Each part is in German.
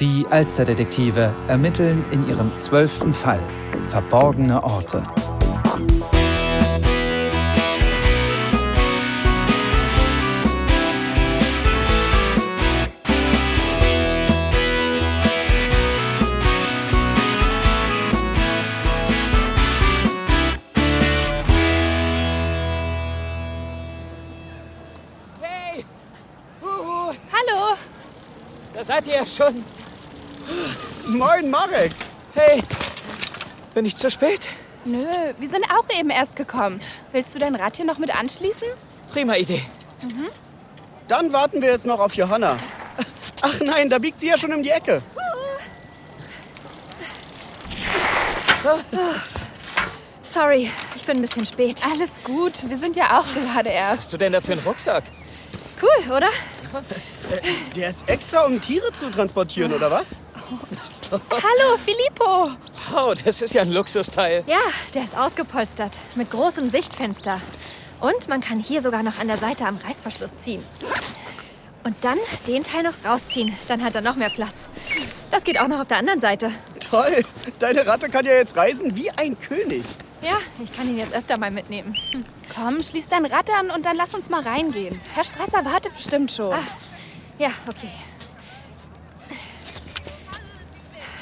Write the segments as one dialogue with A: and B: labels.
A: Die Alsterdetektive ermitteln in ihrem zwölften Fall verborgene Orte.
B: Hey! Huhu!
C: Hallo.
B: Da seid ihr ja schon.
D: Moin, Marek.
B: Hey! Bin ich zu spät?
C: Nö, wir sind auch eben erst gekommen. Willst du dein Rad hier noch mit anschließen?
B: Prima Idee.
E: Mhm.
D: Dann warten wir jetzt noch auf Johanna. Ach nein, da biegt sie ja schon um die Ecke.
E: Sorry, ich bin ein bisschen spät.
C: Alles gut, wir sind ja auch gerade erst.
B: Hast du denn dafür einen Rucksack?
E: Cool, oder?
D: Der ist extra, um Tiere zu transportieren, oder was?
C: Hallo, Filippo.
B: Wow, das ist ja ein Luxusteil.
E: Ja, der ist ausgepolstert. Mit großem Sichtfenster. Und man kann hier sogar noch an der Seite am Reißverschluss ziehen. Und dann den Teil noch rausziehen. Dann hat er noch mehr Platz. Das geht auch noch auf der anderen Seite.
D: Toll. Deine Ratte kann ja jetzt reisen wie ein König.
E: Ja, ich kann ihn jetzt öfter mal mitnehmen.
C: Komm, schließ dein Rad an und dann lass uns mal reingehen. Herr Strasser wartet bestimmt schon.
E: Ah, Ja, okay.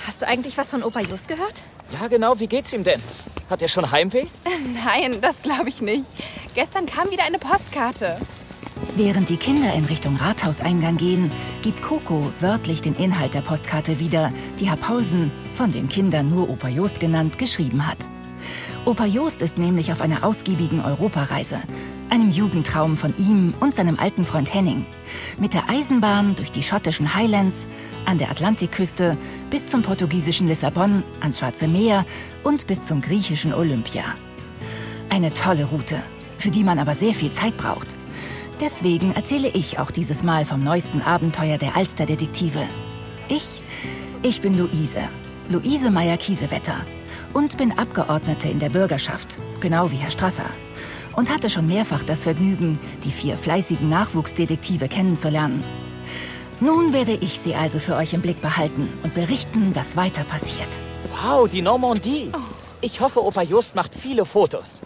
E: Hast du eigentlich was von Opa Just gehört?
B: Ja, genau, wie geht's ihm denn? Hat er schon Heimweh?
C: Äh, Nein, das glaube ich nicht. Gestern kam wieder eine Postkarte.
F: Während die Kinder in Richtung Rathauseingang gehen, gibt Coco wörtlich den Inhalt der Postkarte wieder, die Herr Paulsen, von den Kindern nur Opa Jost genannt, geschrieben hat. Opa Jost ist nämlich auf einer ausgiebigen Europareise, einem Jugendtraum von ihm und seinem alten Freund Henning, mit der Eisenbahn durch die schottischen Highlands, an der Atlantikküste bis zum portugiesischen Lissabon, ans Schwarze Meer und bis zum griechischen Olympia. Eine tolle Route, für die man aber sehr viel Zeit braucht. Deswegen erzähle ich auch dieses Mal vom neuesten Abenteuer der Alsterdetektive. Ich, ich bin Luise, Luise Meyer-Kiesewetter und bin Abgeordnete in der Bürgerschaft, genau wie Herr Strasser. Und hatte schon mehrfach das Vergnügen, die vier fleißigen Nachwuchsdetektive kennenzulernen. Nun werde ich sie also für euch im Blick behalten und berichten, was weiter passiert.
B: Wow, die Normandie.
G: Oh.
B: Ich hoffe, Opa Just macht viele Fotos.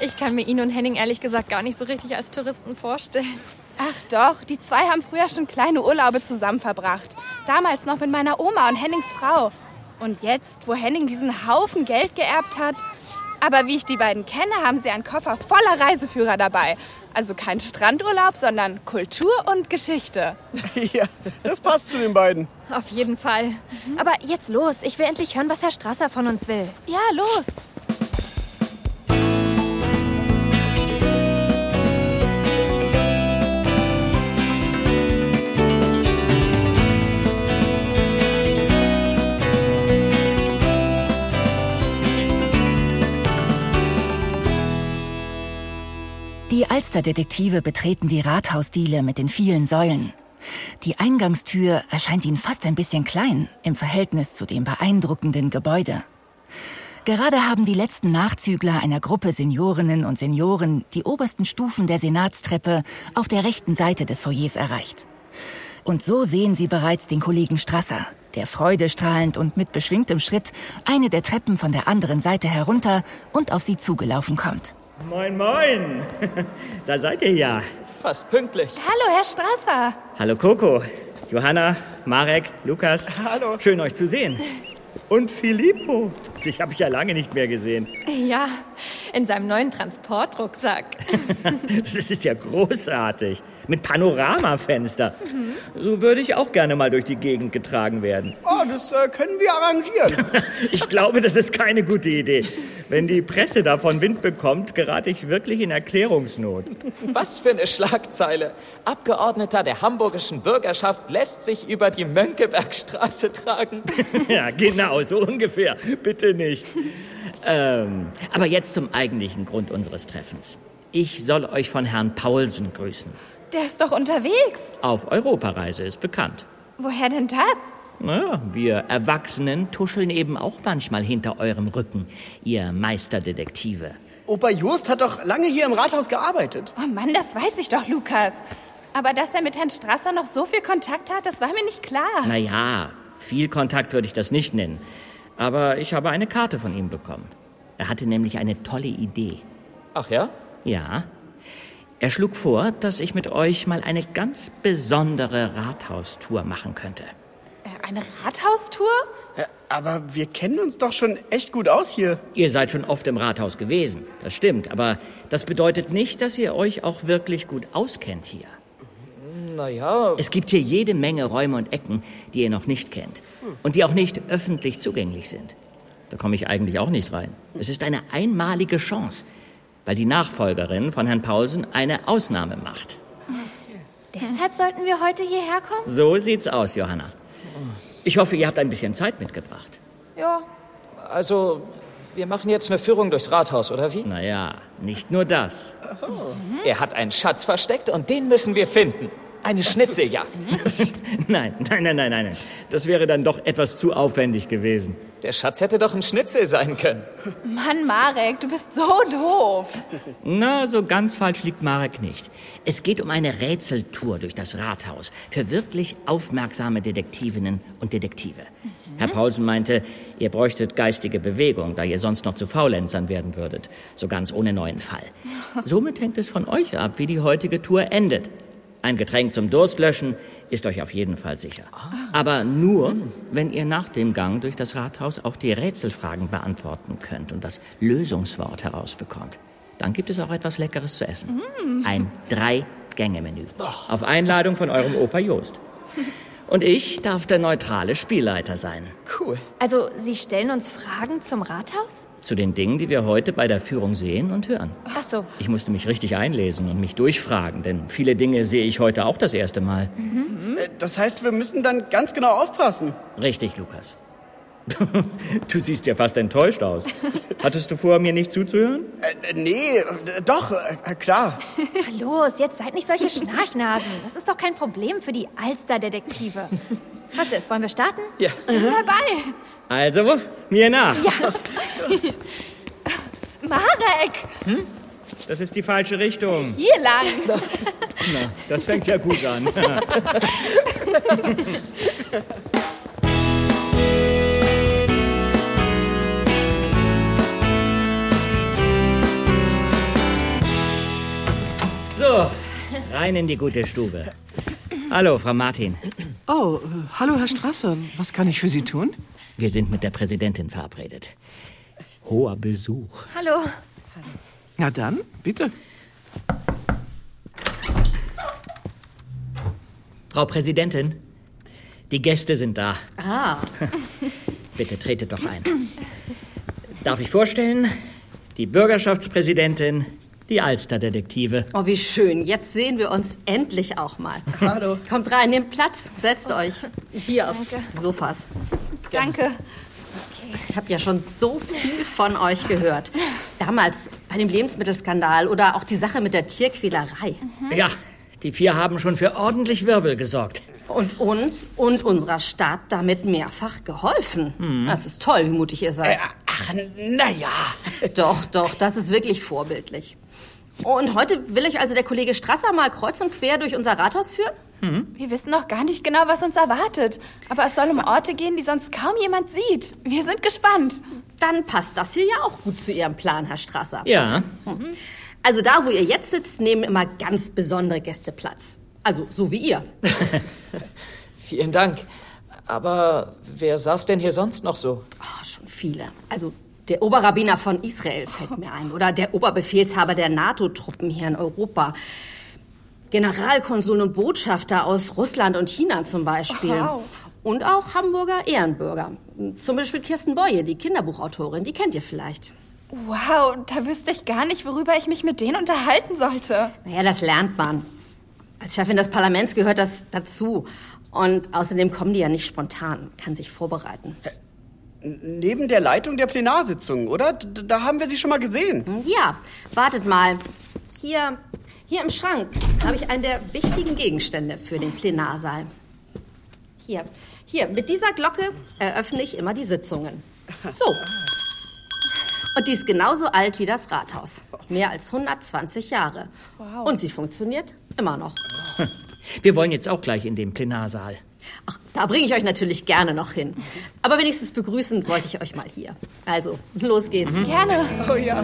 E: Ich kann mir ihn und Henning ehrlich gesagt gar nicht so richtig als Touristen vorstellen.
C: Ach doch, die zwei haben früher schon kleine Urlaube zusammen verbracht. Damals noch mit meiner Oma und Hennings Frau. Und jetzt, wo Henning diesen Haufen Geld geerbt hat. Aber wie ich die beiden kenne, haben sie einen Koffer voller Reiseführer dabei. Also kein Strandurlaub, sondern Kultur und Geschichte.
D: ja, das passt zu den beiden.
E: Auf jeden Fall.
C: Mhm.
E: Aber jetzt los, ich will endlich hören, was Herr Strasser von uns will.
C: Ja, los.
F: Die Alsterdetektive betreten die Rathausdiele mit den vielen Säulen. Die Eingangstür erscheint ihnen fast ein bisschen klein im Verhältnis zu dem beeindruckenden Gebäude. Gerade haben die letzten Nachzügler einer Gruppe Seniorinnen und Senioren die obersten Stufen der Senatstreppe auf der rechten Seite des Foyers erreicht. Und so sehen sie bereits den Kollegen Strasser, der freudestrahlend und mit beschwingtem Schritt eine der Treppen von der anderen Seite herunter und auf sie zugelaufen kommt.
G: Moin, moin! Da seid ihr ja.
B: Fast pünktlich.
C: Hallo, Herr Strasser.
G: Hallo Coco, Johanna, Marek, Lukas.
D: Hallo.
G: Schön euch zu sehen. Und Filippo. Dich habe ich ja lange nicht mehr gesehen.
E: Ja, in seinem neuen Transportrucksack.
G: Das ist ja großartig. Mit Panoramafenster.
B: Mhm.
G: So würde ich auch gerne mal durch die Gegend getragen werden.
D: Oh, das äh, können wir arrangieren.
G: Ich glaube, das ist keine gute Idee. Wenn die Presse davon Wind bekommt, gerate ich wirklich in Erklärungsnot.
B: Was für eine Schlagzeile. Abgeordneter der hamburgischen Bürgerschaft lässt sich über die Mönckebergstraße tragen.
G: Ja, genau, so ungefähr. Bitte nicht. Ähm, aber jetzt zum eigentlichen Grund unseres Treffens. Ich soll euch von Herrn Paulsen grüßen.
C: Der ist doch unterwegs.
G: Auf Europareise ist bekannt.
C: Woher denn das?
G: Naja, wir Erwachsenen tuscheln eben auch manchmal hinter eurem Rücken, ihr Meisterdetektive.
D: Opa Jost hat doch lange hier im Rathaus gearbeitet.
C: Oh Mann, das weiß ich doch, Ah. Lukas. Aber dass er mit Herrn Strasser noch so viel Kontakt hat, das war mir nicht klar.
G: Naja, Viel Kontakt würde ich das nicht nennen. Aber ich habe eine Karte von ihm bekommen. Er hatte nämlich eine tolle Idee.
B: Ach ja?
G: Ja. Er schlug vor, dass ich mit euch mal eine ganz besondere Rathaustour machen könnte.
C: Äh, Eine Rathaustour?
D: Äh, Aber wir kennen uns doch schon echt gut aus hier.
G: Ihr seid schon oft im Rathaus gewesen, das stimmt, aber das bedeutet nicht, dass ihr euch auch wirklich gut auskennt hier.
D: Oh.
B: Naja,
G: Es gibt hier jede Menge Räume und Ecken, die ihr noch nicht kennt und die auch nicht öffentlich zugänglich sind. Da komme ich eigentlich auch nicht rein. Es ist eine einmalige Chance, weil die Nachfolgerin von Herrn Paulsen eine Ausnahme macht.
E: Deshalb sollten wir heute hierher kommen?
G: So sieht's aus, Johanna. Ich hoffe, ihr habt ein bisschen Zeit mitgebracht.
E: Ja.
B: also, wir machen jetzt eine Führung durchs Rathaus, oder wie?
G: Naja, nicht nur das.
B: Er hat einen Schatz versteckt und den müssen wir finden. Eine Schnitzeljagd.
G: Nein, nein, nein, nein, nein. nein. Das wäre dann doch etwas zu aufwendig gewesen.
B: Der Schatz hätte doch ein Schnitzel sein können.
C: Mann, Marek, du bist so doof.
G: Na, so ganz falsch liegt Marek nicht. Es geht um eine Rätseltour durch das Rathaus für wirklich aufmerksame Detektivinnen und Detektive. Herr Paulsen meinte, ihr bräuchtet geistige Bewegung, da ihr sonst noch zu Faulenzern werden würdet. So ganz ohne neuen Fall. Somit hängt es von euch ab, wie die heutige Tour endet. Ein Getränk zum Durstlöschen ist euch auf jeden Fall sicher.
H: Ah.
G: Aber nur, wenn ihr nach dem Gang durch das Rathaus auch die Rätselfragen beantworten könnt und das Lösungswort herausbekommt. Dann gibt es auch etwas Leckeres zu essen.
D: Mhm.
G: Ein Drei-Gänge-Menü. Auf Einladung von eurem Opa Joost. Und ich darf der neutrale Spielleiter sein.
B: Cool.
E: Also, Sie stellen uns Fragen zum Rathaus?
G: Zu den Dingen, die wir heute bei der Führung sehen und hören.
E: Ach so.
G: Ich musste mich richtig einlesen und mich durchfragen, denn viele Dinge sehe ich heute auch das erste Mal.
D: Äh, Das heißt, wir müssen dann ganz genau aufpassen.
G: Richtig, Lukas. du siehst ja fast enttäuscht aus. Hattest du vor, mir nicht zuzuhören?
D: Äh, äh, nee, äh, doch, äh, klar.
E: Ach, los, jetzt seid nicht solche Schnarchnasen. Das ist doch kein Problem für die Alster-Detektive. Was ist, wollen wir starten?
B: Ja.
C: Dabei.
G: Mhm. Also, mir nach.
C: Marek,
G: Das ist die falsche Richtung.
C: hier lang.
G: Das fängt ja gut an. so, rein in die gute Stube. Hallo, Frau Martin.
I: Oh, äh, hallo Herr Strasser. Was kann ich für Sie tun?
G: Wir sind mit der Präsidentin verabredet. Hoher Besuch.
E: Hallo.
I: Na dann, bitte.
G: Frau Präsidentin, die Gäste sind da. Ah. Bitte tretet doch ein. Darf ich vorstellen? Die Bürgerschaftspräsidentin, die Alsterdetektive.
J: Oh, wie schön. Jetzt sehen wir uns endlich auch mal. Hallo. Kommt rein, nehmt Platz, setzt euch hier auf Sofas.
C: Danke.
J: Ich habe ja schon so viel von euch gehört. Damals bei dem Lebensmittelskandal oder auch die Sache mit der Tierquälerei.
K: Mhm.
G: Ja, die vier haben schon für ordentlich Wirbel gesorgt.
J: Und uns und unserer Stadt damit mehrfach geholfen. Das ist toll, wie mutig ihr seid.
D: Ach, naja.
J: Doch, doch, das ist wirklich vorbildlich. Und heute will euch also der Kollege Strasser mal kreuz und quer durch unser Rathaus führen?
G: Hm?
C: Wir wissen noch gar nicht genau, was uns erwartet. Aber es soll um Orte gehen, die sonst kaum jemand sieht. Wir sind gespannt.
J: Dann passt das hier ja auch gut zu Ihrem Plan, Herr Strasser.
G: Ja,
J: Also da, wo ihr jetzt sitzt, nehmen immer ganz besondere Gäste Platz. Also so wie ihr.
B: Vielen Dank. Aber wer saß denn hier sonst noch so?
J: Oh, schon viele. Also der Oberrabbiner von Israel fällt mir ein. Oder der Oberbefehlshaber der NATO-Truppen hier in Europa. Generalkonsul und Botschafter aus Russland und China zum Beispiel.
C: Wow.
J: Und auch Hamburger Ehrenbürger. Zum Beispiel Kirsten Boye, die Kinderbuchautorin. Die kennt ihr vielleicht.
C: Wow, da wüsste ich gar nicht, worüber ich mich mit denen unterhalten sollte.
J: Naja, das lernt man. Als Chefin des Parlaments gehört das dazu. Und außerdem kommen die ja nicht spontan, kann sich vorbereiten.
D: Neben der Leitung der Plenarsitzung, oder? D da haben wir sie schon mal gesehen.
J: Ja, wartet mal. Hier, hier im Schrank habe ich einen der wichtigen Gegenstände für den Plenarsaal. Hier, hier, mit dieser Glocke eröffne ich immer die Sitzungen. So. Und die ist genauso alt wie das Rathaus. Mehr als 120 Jahre. Und sie funktioniert immer noch.
G: wir wollen jetzt auch gleich in den Plenarsaal.
J: Ach, da bringe ich euch natürlich gerne noch hin. Aber wenigstens begrüßen wollte ich euch mal hier. Also, los geht's.
C: Mhm. Gerne.
D: Oh ja.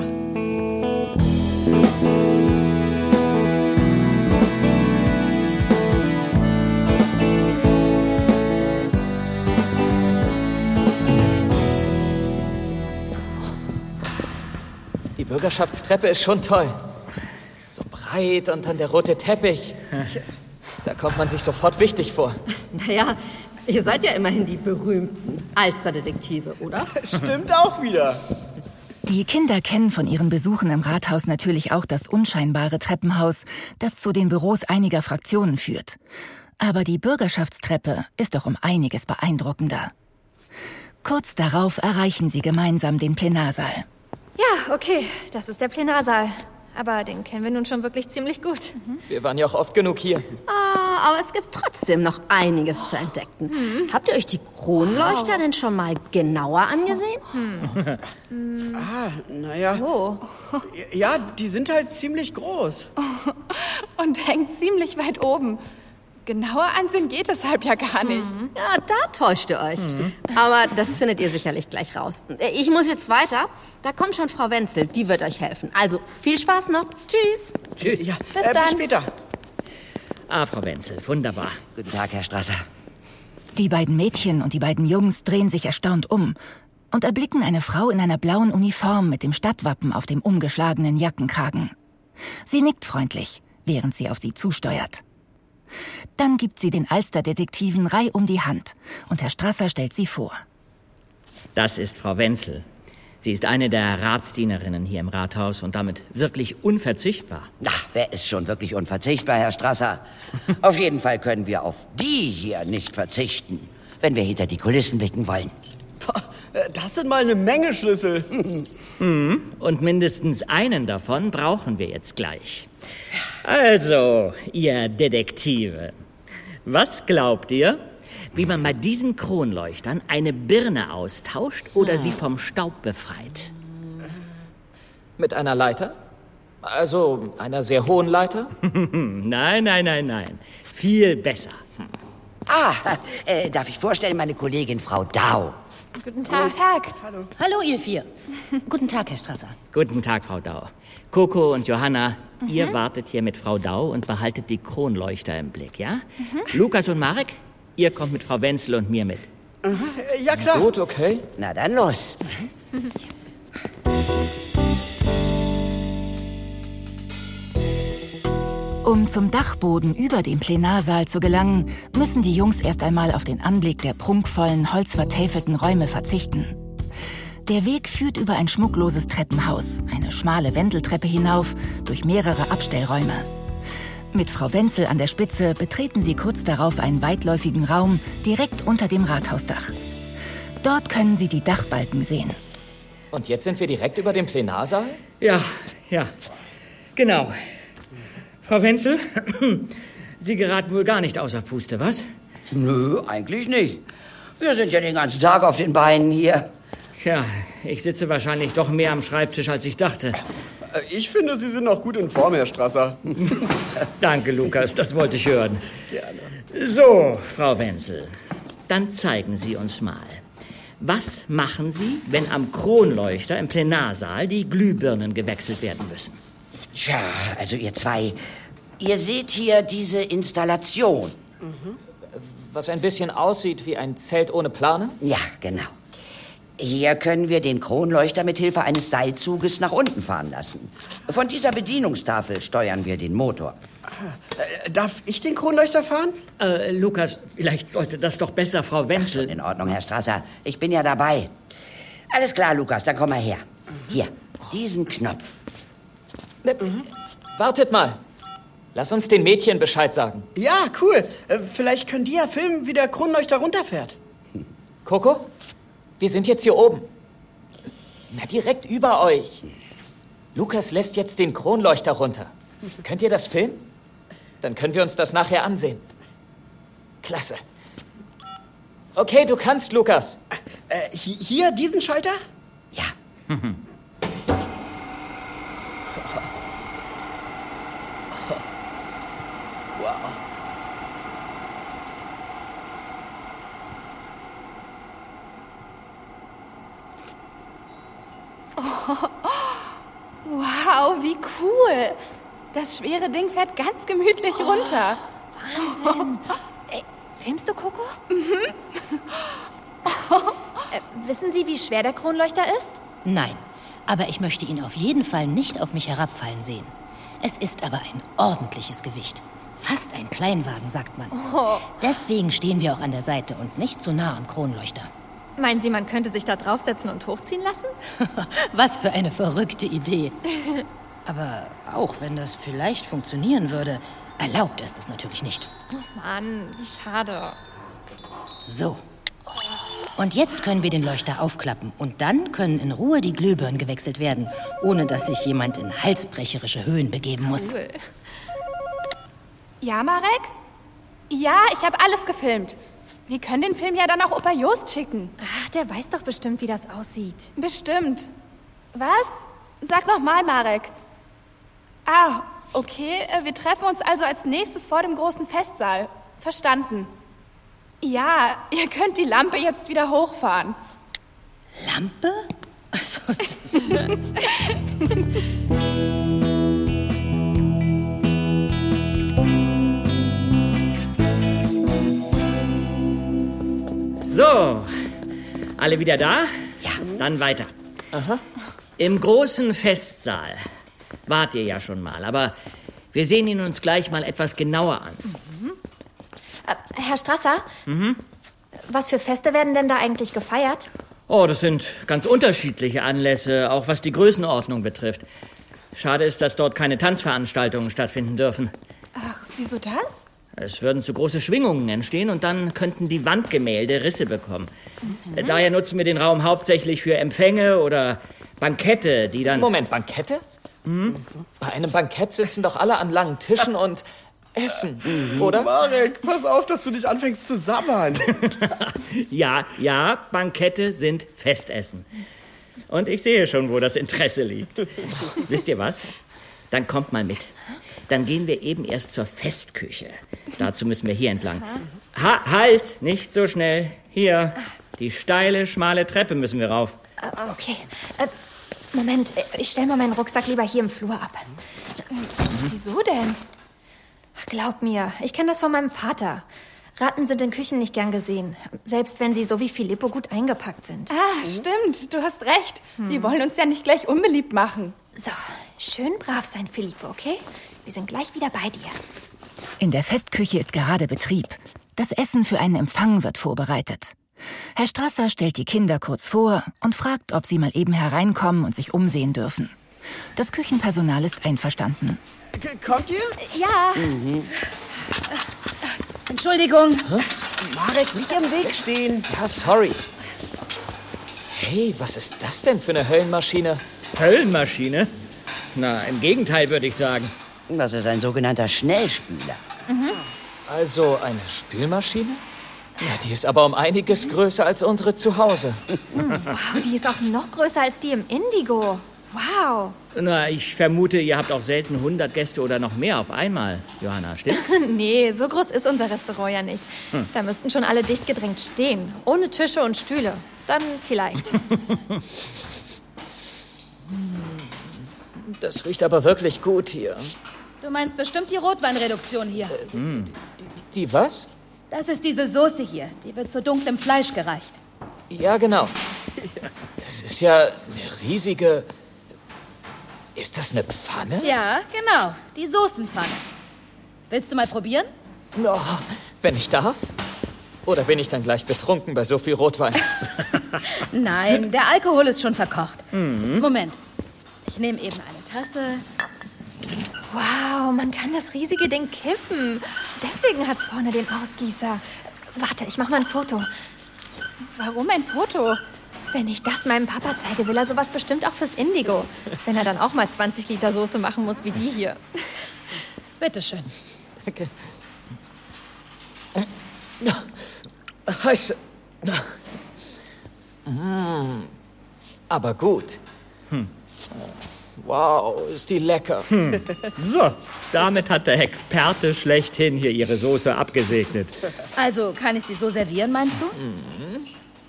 B: Die Bürgerschaftstreppe ist schon toll. So breit und dann der rote Teppich. Da kommt man sich sofort wichtig vor.
J: Naja, ihr seid ja immerhin die berühmten Alsterdetektive, oder?
D: Stimmt auch wieder.
F: Die Kinder kennen von ihren Besuchen im Rathaus natürlich auch das unscheinbare Treppenhaus, das zu den Büros einiger Fraktionen führt. Aber die Bürgerschaftstreppe ist doch um einiges beeindruckender. Kurz darauf erreichen sie gemeinsam den Plenarsaal.
E: Ja, okay, das ist der Plenarsaal. Aber den kennen wir nun schon wirklich ziemlich gut.
B: Wir waren ja auch oft genug hier.
J: Ah, aber es gibt trotzdem noch einiges zu entdecken.
C: Mhm.
J: Habt ihr euch die Kronleuchter denn schon mal genauer angesehen?
D: Ah, naja.
E: Oh,
D: Ja, die sind halt ziemlich groß.
C: Und hängt ziemlich weit oben. Genauer ansehen geht deshalb ja gar nicht.
J: Mhm.
C: Mhm.
J: Ja, da täuscht ihr euch. Aber das findet ihr sicherlich gleich raus. Ich muss jetzt weiter. Da kommt schon Frau Wenzel, die wird euch helfen. Also, viel Spaß noch. Tschüss.
D: Tschüss. Ja,
C: Bis
D: äh,
C: dann.
D: bis später.
G: Ah, Frau Wenzel, wunderbar.
K: Guten Tag, Herr Strasser.
F: Die beiden Mädchen und die beiden Jungs drehen sich erstaunt um und erblicken eine Frau in einer blauen Uniform mit dem Stadtwappen auf dem umgeschlagenen Jackenkragen. Sie nickt freundlich, während sie auf sie zusteuert. Dann gibt sie den Alsterdetektiven Rei um die Hand und Herr Strasser stellt sie vor.
G: Das ist Frau Wenzel. Sie ist eine der Ratsdienerinnen hier im Rathaus und damit wirklich unverzichtbar.
K: Ach, wer ist schon wirklich unverzichtbar, Herr Strasser? Auf jeden Fall können wir auf die hier nicht verzichten, wenn wir hinter die Kulissen blicken wollen.
D: Boah, äh, Das sind mal eine Menge Schlüssel.
G: Mhm. Und mindestens einen davon brauchen wir jetzt gleich. Also, ihr Detektive, was glaubt ihr, wie man bei diesen Kronleuchtern eine Birne austauscht
D: Hm.
G: oder sie vom Staub befreit?
B: Mit einer Leiter? Also einer sehr hohen Leiter?
G: Nein, nein, nein, nein. Viel besser.
K: Ah, äh, darf ich vorstellen, meine Kollegin Frau Dau.
E: guten Tag.
C: Guten Tag.
H: Hallo, ihr vier. Guten Tag, Herr Strasser.
G: Guten Tag, Frau Dau. Coco und Johanna, ihr
K: Mhm.
G: wartet hier mit Frau Dau und behaltet die Kronleuchter im Blick,
K: Mhm.
G: ja?
E: Mhm.
G: Lukas und Marek, ihr kommt mit Frau Wenzel und mir mit.
D: Äh, Ja, klar.
B: Gut, okay.
K: Na dann los.
F: Um zum Dachboden über dem Plenarsaal zu gelangen, müssen die Jungs erst einmal auf den Anblick der prunkvollen, holzvertäfelten Räume verzichten. Der Weg führt über ein schmuckloses Treppenhaus, eine schmale Wendeltreppe hinauf, durch mehrere Abstellräume. Mit Frau Wenzel an der Spitze betreten sie kurz darauf einen weitläufigen Raum direkt unter dem Rathausdach. Dort können sie die Dachbalken sehen.
B: Und jetzt sind wir direkt über dem Plenarsaal?
G: Ja, ja. Genau. Frau Wenzel, Sie geraten wohl gar nicht außer Puste, was?
K: Nö, eigentlich nicht. Wir sind ja den ganzen Tag auf den Beinen hier.
G: Tja, ich sitze wahrscheinlich doch mehr am Schreibtisch, als ich dachte.
D: Äh, Ich finde, Sie sind noch gut in Form, Herr Strasser.
G: Danke, Lukas, das wollte ich hören. So, Frau Wenzel, dann zeigen Sie uns mal. Was machen Sie, wenn am Kronleuchter im Plenarsaal die Glühbirnen gewechselt werden müssen?
K: Tja, also ihr zwei, ihr seht hier diese Installation.
B: Was ein bisschen aussieht wie ein Zelt ohne Plane?
K: Ja, genau. Hier können wir den Kronleuchter mit Hilfe eines Seilzuges nach unten fahren lassen. Von dieser Bedienungstafel steuern wir den Motor.
D: Äh, Darf ich den Kronleuchter fahren?
G: Äh, Lukas, vielleicht sollte das doch besser Frau Wenzel.
K: In Ordnung, Herr Strasser. Ich bin ja dabei. Alles klar, Lukas, dann komm mal her. Hier, diesen Knopf.
B: Ne,
D: Mhm.
B: Wartet mal. Lass uns den Mädchen Bescheid sagen.
D: Ja, cool. Äh, Vielleicht können die ja filmen, wie der Kronleuchter runterfährt.
B: Coco, wir sind jetzt hier oben. Na, direkt über euch. Lukas lässt jetzt den Kronleuchter runter. Könnt ihr das filmen? Dann können wir uns das nachher ansehen. Klasse. Okay, du kannst, Lukas.
D: Äh, hi- Hier, diesen Schalter?
K: Ja,
D: Wow.
C: Wow, wie cool. Das schwere Ding fährt ganz gemütlich runter.
E: Wahnsinn. Ey, filmst du Coco?
C: Mhm.
E: Äh, wissen Sie, wie schwer der Kronleuchter ist?
H: Nein, aber ich möchte ihn auf jeden Fall nicht auf mich herabfallen sehen. Es ist aber ein ordentliches Gewicht. Fast ein Kleinwagen, sagt man.
E: Oh.
H: Deswegen stehen wir auch an der Seite und nicht zu nah am Kronleuchter.
E: Meinen Sie, man könnte sich da draufsetzen und hochziehen lassen?
H: Was für eine verrückte Idee. Aber auch wenn das vielleicht funktionieren würde, erlaubt ist es natürlich nicht.
E: Oh Mann, wie schade.
H: So. Und jetzt können wir den Leuchter aufklappen und dann können in Ruhe die Glühbirnen gewechselt werden, ohne dass sich jemand in halsbrecherische Höhen begeben muss.
C: Cool. Ja, Marek? Ja, ich habe alles gefilmt. Wir können den Film ja dann auch Opa Jost schicken.
E: Ach, der weiß doch bestimmt, wie das aussieht.
C: Bestimmt. Was? Sag nochmal, Marek. Ah, okay. äh, Wir treffen uns also als nächstes vor dem großen Festsaal. Verstanden. Ja, ihr könnt die Lampe jetzt wieder hochfahren.
H: Lampe?
G: So, alle wieder da? Ja. Dann weiter. Aha. Im großen Festsaal wart ihr ja schon mal, aber wir sehen ihn uns gleich mal etwas genauer an.
E: Äh, Herr Strasser,
G: Mhm.
E: was für Feste werden denn da eigentlich gefeiert?
G: Oh, das sind ganz unterschiedliche Anlässe, auch was die Größenordnung betrifft. Schade ist, dass dort keine Tanzveranstaltungen stattfinden dürfen.
C: Wieso das?
G: Es würden zu große Schwingungen entstehen und dann könnten die Wandgemälde Risse bekommen. Äh, Daher nutzen wir den Raum hauptsächlich für Empfänge oder Bankette, die dann.
B: Moment, Bankette?
G: Hm?
B: Bei einem Bankett sitzen doch alle an langen Tischen und
D: Mhm.
B: essen, oder?
D: Marek, pass auf, dass du nicht anfängst zu sabbern.
G: Ja, ja, Bankette sind Festessen. Und ich sehe schon, wo das Interesse liegt. Wisst ihr was? Dann kommt mal mit. Dann gehen wir eben erst zur Festküche. Dazu müssen wir hier entlang. Ha halt, nicht so schnell. Hier, die steile, schmale Treppe müssen wir rauf.
E: Äh, okay. Äh, Moment, äh, ich stelle mal meinen Rucksack lieber hier im Flur ab.
C: Wieso denn?
E: Glaub mir, ich kenne das von meinem Vater. Ratten sind in Küchen nicht gern gesehen, selbst wenn sie so wie Filippo gut eingepackt sind. Hm.
C: Ah, stimmt. Du hast recht. Wir wollen uns ja nicht gleich unbeliebt machen.
E: So, schön brav sein, Filippo, okay? Wir sind gleich wieder bei dir.
F: In der Festküche ist gerade Betrieb. Das Essen für einen Empfang wird vorbereitet. Herr Strasser stellt die Kinder kurz vor und fragt, ob sie mal eben hereinkommen und sich umsehen dürfen. Das Küchenpersonal ist einverstanden.
D: Kommt ihr?
E: Ja.
H: Entschuldigung.
D: Marek, nicht im Weg stehen.
B: Ja, sorry. Hey, was ist das denn für eine Höllenmaschine?
G: Höllenmaschine? Na, im Gegenteil würde ich sagen.
K: Das ist ein sogenannter Schnellspüler.
E: Mhm.
B: Also eine Spülmaschine? Ja, die ist aber um einiges größer als unsere zu Hause.
E: Wow, Oh, die ist auch noch größer als die im Indigo. Wow.
G: Na, ich vermute, ihr habt auch selten 100 Gäste oder noch mehr auf einmal, Johanna, stimmt's?
E: nee, so groß ist unser Restaurant ja nicht.
G: Hm.
E: Da müssten schon alle dicht gedrängt stehen, ohne Tische und Stühle. Dann vielleicht.
B: Das riecht aber wirklich gut hier.
H: Du meinst bestimmt die Rotweinreduktion hier.
B: Hm. Die was?
H: Das ist diese Soße hier. Die wird zu dunklem Fleisch gereicht.
B: Ja, genau. Das ist ja eine riesige. Ist das eine Pfanne?
H: Ja, genau. Die Soßenpfanne. Willst du mal probieren?
B: No, wenn ich darf? Oder bin ich dann gleich betrunken bei so viel Rotwein?
H: Nein, der Alkohol ist schon verkocht.
K: Mhm.
H: Moment. Ich nehme eben eine Tasse.
E: Wow, man kann das riesige Ding kippen. Deswegen hat's vorne den Ausgießer. Warte, ich mach mal ein Foto.
C: Warum ein Foto?
E: Wenn ich das meinem Papa zeige, will er sowas bestimmt auch fürs Indigo. Wenn er dann auch mal 20 Liter Soße machen muss wie die hier.
H: Bitteschön.
B: Danke. Heiße. Mm, aber gut.
G: Hm.
B: Wow, ist die lecker.
G: So, damit hat der Experte schlechthin hier ihre Soße abgesegnet.
K: Mhm.
H: Also, kann ich sie so servieren, meinst du?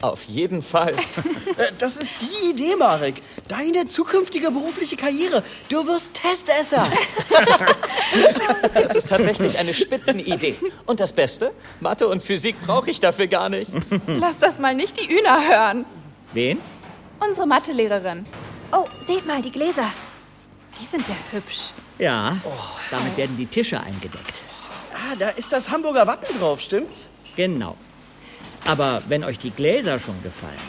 B: Auf jeden Fall.
D: Äh, Das ist die Idee, Marek. Deine zukünftige berufliche Karriere. Du wirst Testesser.
B: Das ist tatsächlich eine Spitzenidee. Und das Beste? Mathe und Physik brauche ich dafür gar nicht.
C: Lass das mal nicht die Üna hören.
G: Wen?
C: Unsere Mathelehrerin.
E: Oh, seht mal, die Gläser. Die sind ja hübsch.
G: Ja, damit werden die Tische eingedeckt.
D: ah, da ist das Hamburger Wappen drauf, stimmt's?
G: Genau. Aber wenn euch die Gläser schon gefallen,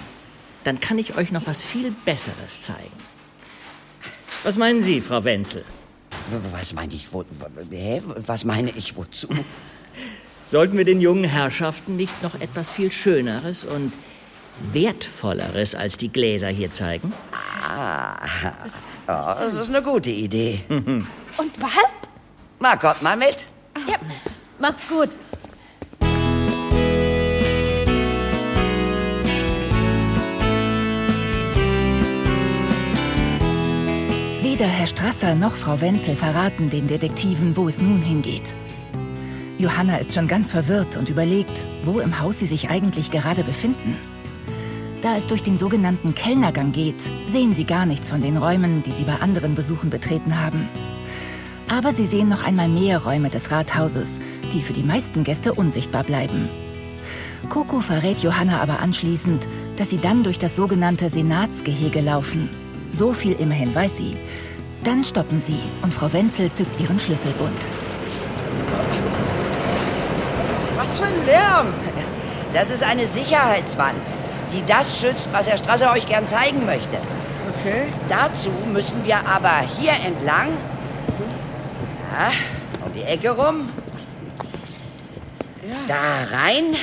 G: dann kann ich euch noch was viel Besseres zeigen. Was meinen Sie, Frau Wenzel?
K: Was meine ich? Wo, w- hä? Was meine ich? Wozu?
G: Sollten wir den jungen Herrschaften nicht noch etwas viel Schöneres und Wertvolleres als die Gläser hier zeigen?
K: Ah, oh. ja, das
E: Ähm.
K: ist eine gute Idee.
C: Und was?
K: Marc, kommt mal mit.
E: Ja, macht's gut.
F: Weder Herr Strasser noch Frau Wenzel verraten den Detektiven, wo es nun hingeht. Johanna ist schon ganz verwirrt und überlegt, wo im Haus sie sich eigentlich gerade befinden. Da es durch den sogenannten Kellnergang geht, sehen sie gar nichts von den Räumen, die sie bei anderen Besuchen betreten haben. Aber sie sehen noch einmal mehr Räume des Rathauses, die für die meisten Gäste unsichtbar bleiben. Coco verrät Johanna aber anschließend, dass sie dann durch das sogenannte Senatsgehege laufen. So viel immerhin weiß sie. Dann stoppen sie und Frau Wenzel zückt ihren Schlüsselbund.
K: Was für ein Lärm! Das ist eine Sicherheitswand, die das schützt, was Herr Strasser euch gern zeigen möchte.
D: Okay.
K: Dazu müssen wir aber hier entlang, ja, um die Ecke rum, da rein.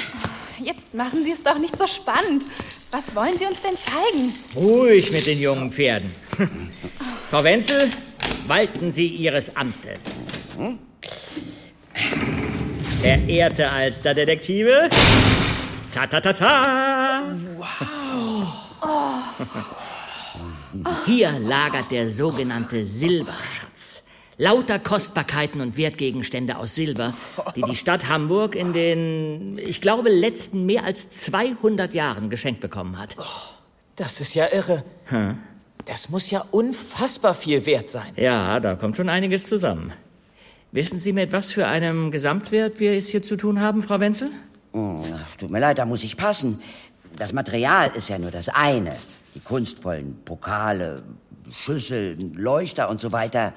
C: Jetzt machen Sie es doch nicht so spannend. Was wollen Sie uns denn zeigen?
G: Ruhig mit den jungen Pferden. Frau Wenzel, walten Sie Ihres Amtes. Verehrte Alster Detektive. Ta ta ta ta.
B: Oh.
G: Hier lagert der sogenannte Silberschatz. Lauter Kostbarkeiten und Wertgegenstände aus Silber, die die Stadt Hamburg in den, ich glaube, letzten mehr als 200 Jahren geschenkt bekommen hat.
B: Das ist ja irre. Das muss ja unfassbar viel wert sein.
G: Ja, da kommt schon einiges zusammen. Wissen Sie, mit was für einem Gesamtwert wir es hier zu tun haben, Frau Wenzel?
K: Hm, Tut mir leid, da muss ich passen. Das Material ist ja nur das eine. Die kunstvollen Pokale, Schüsseln, Leuchter und so weiter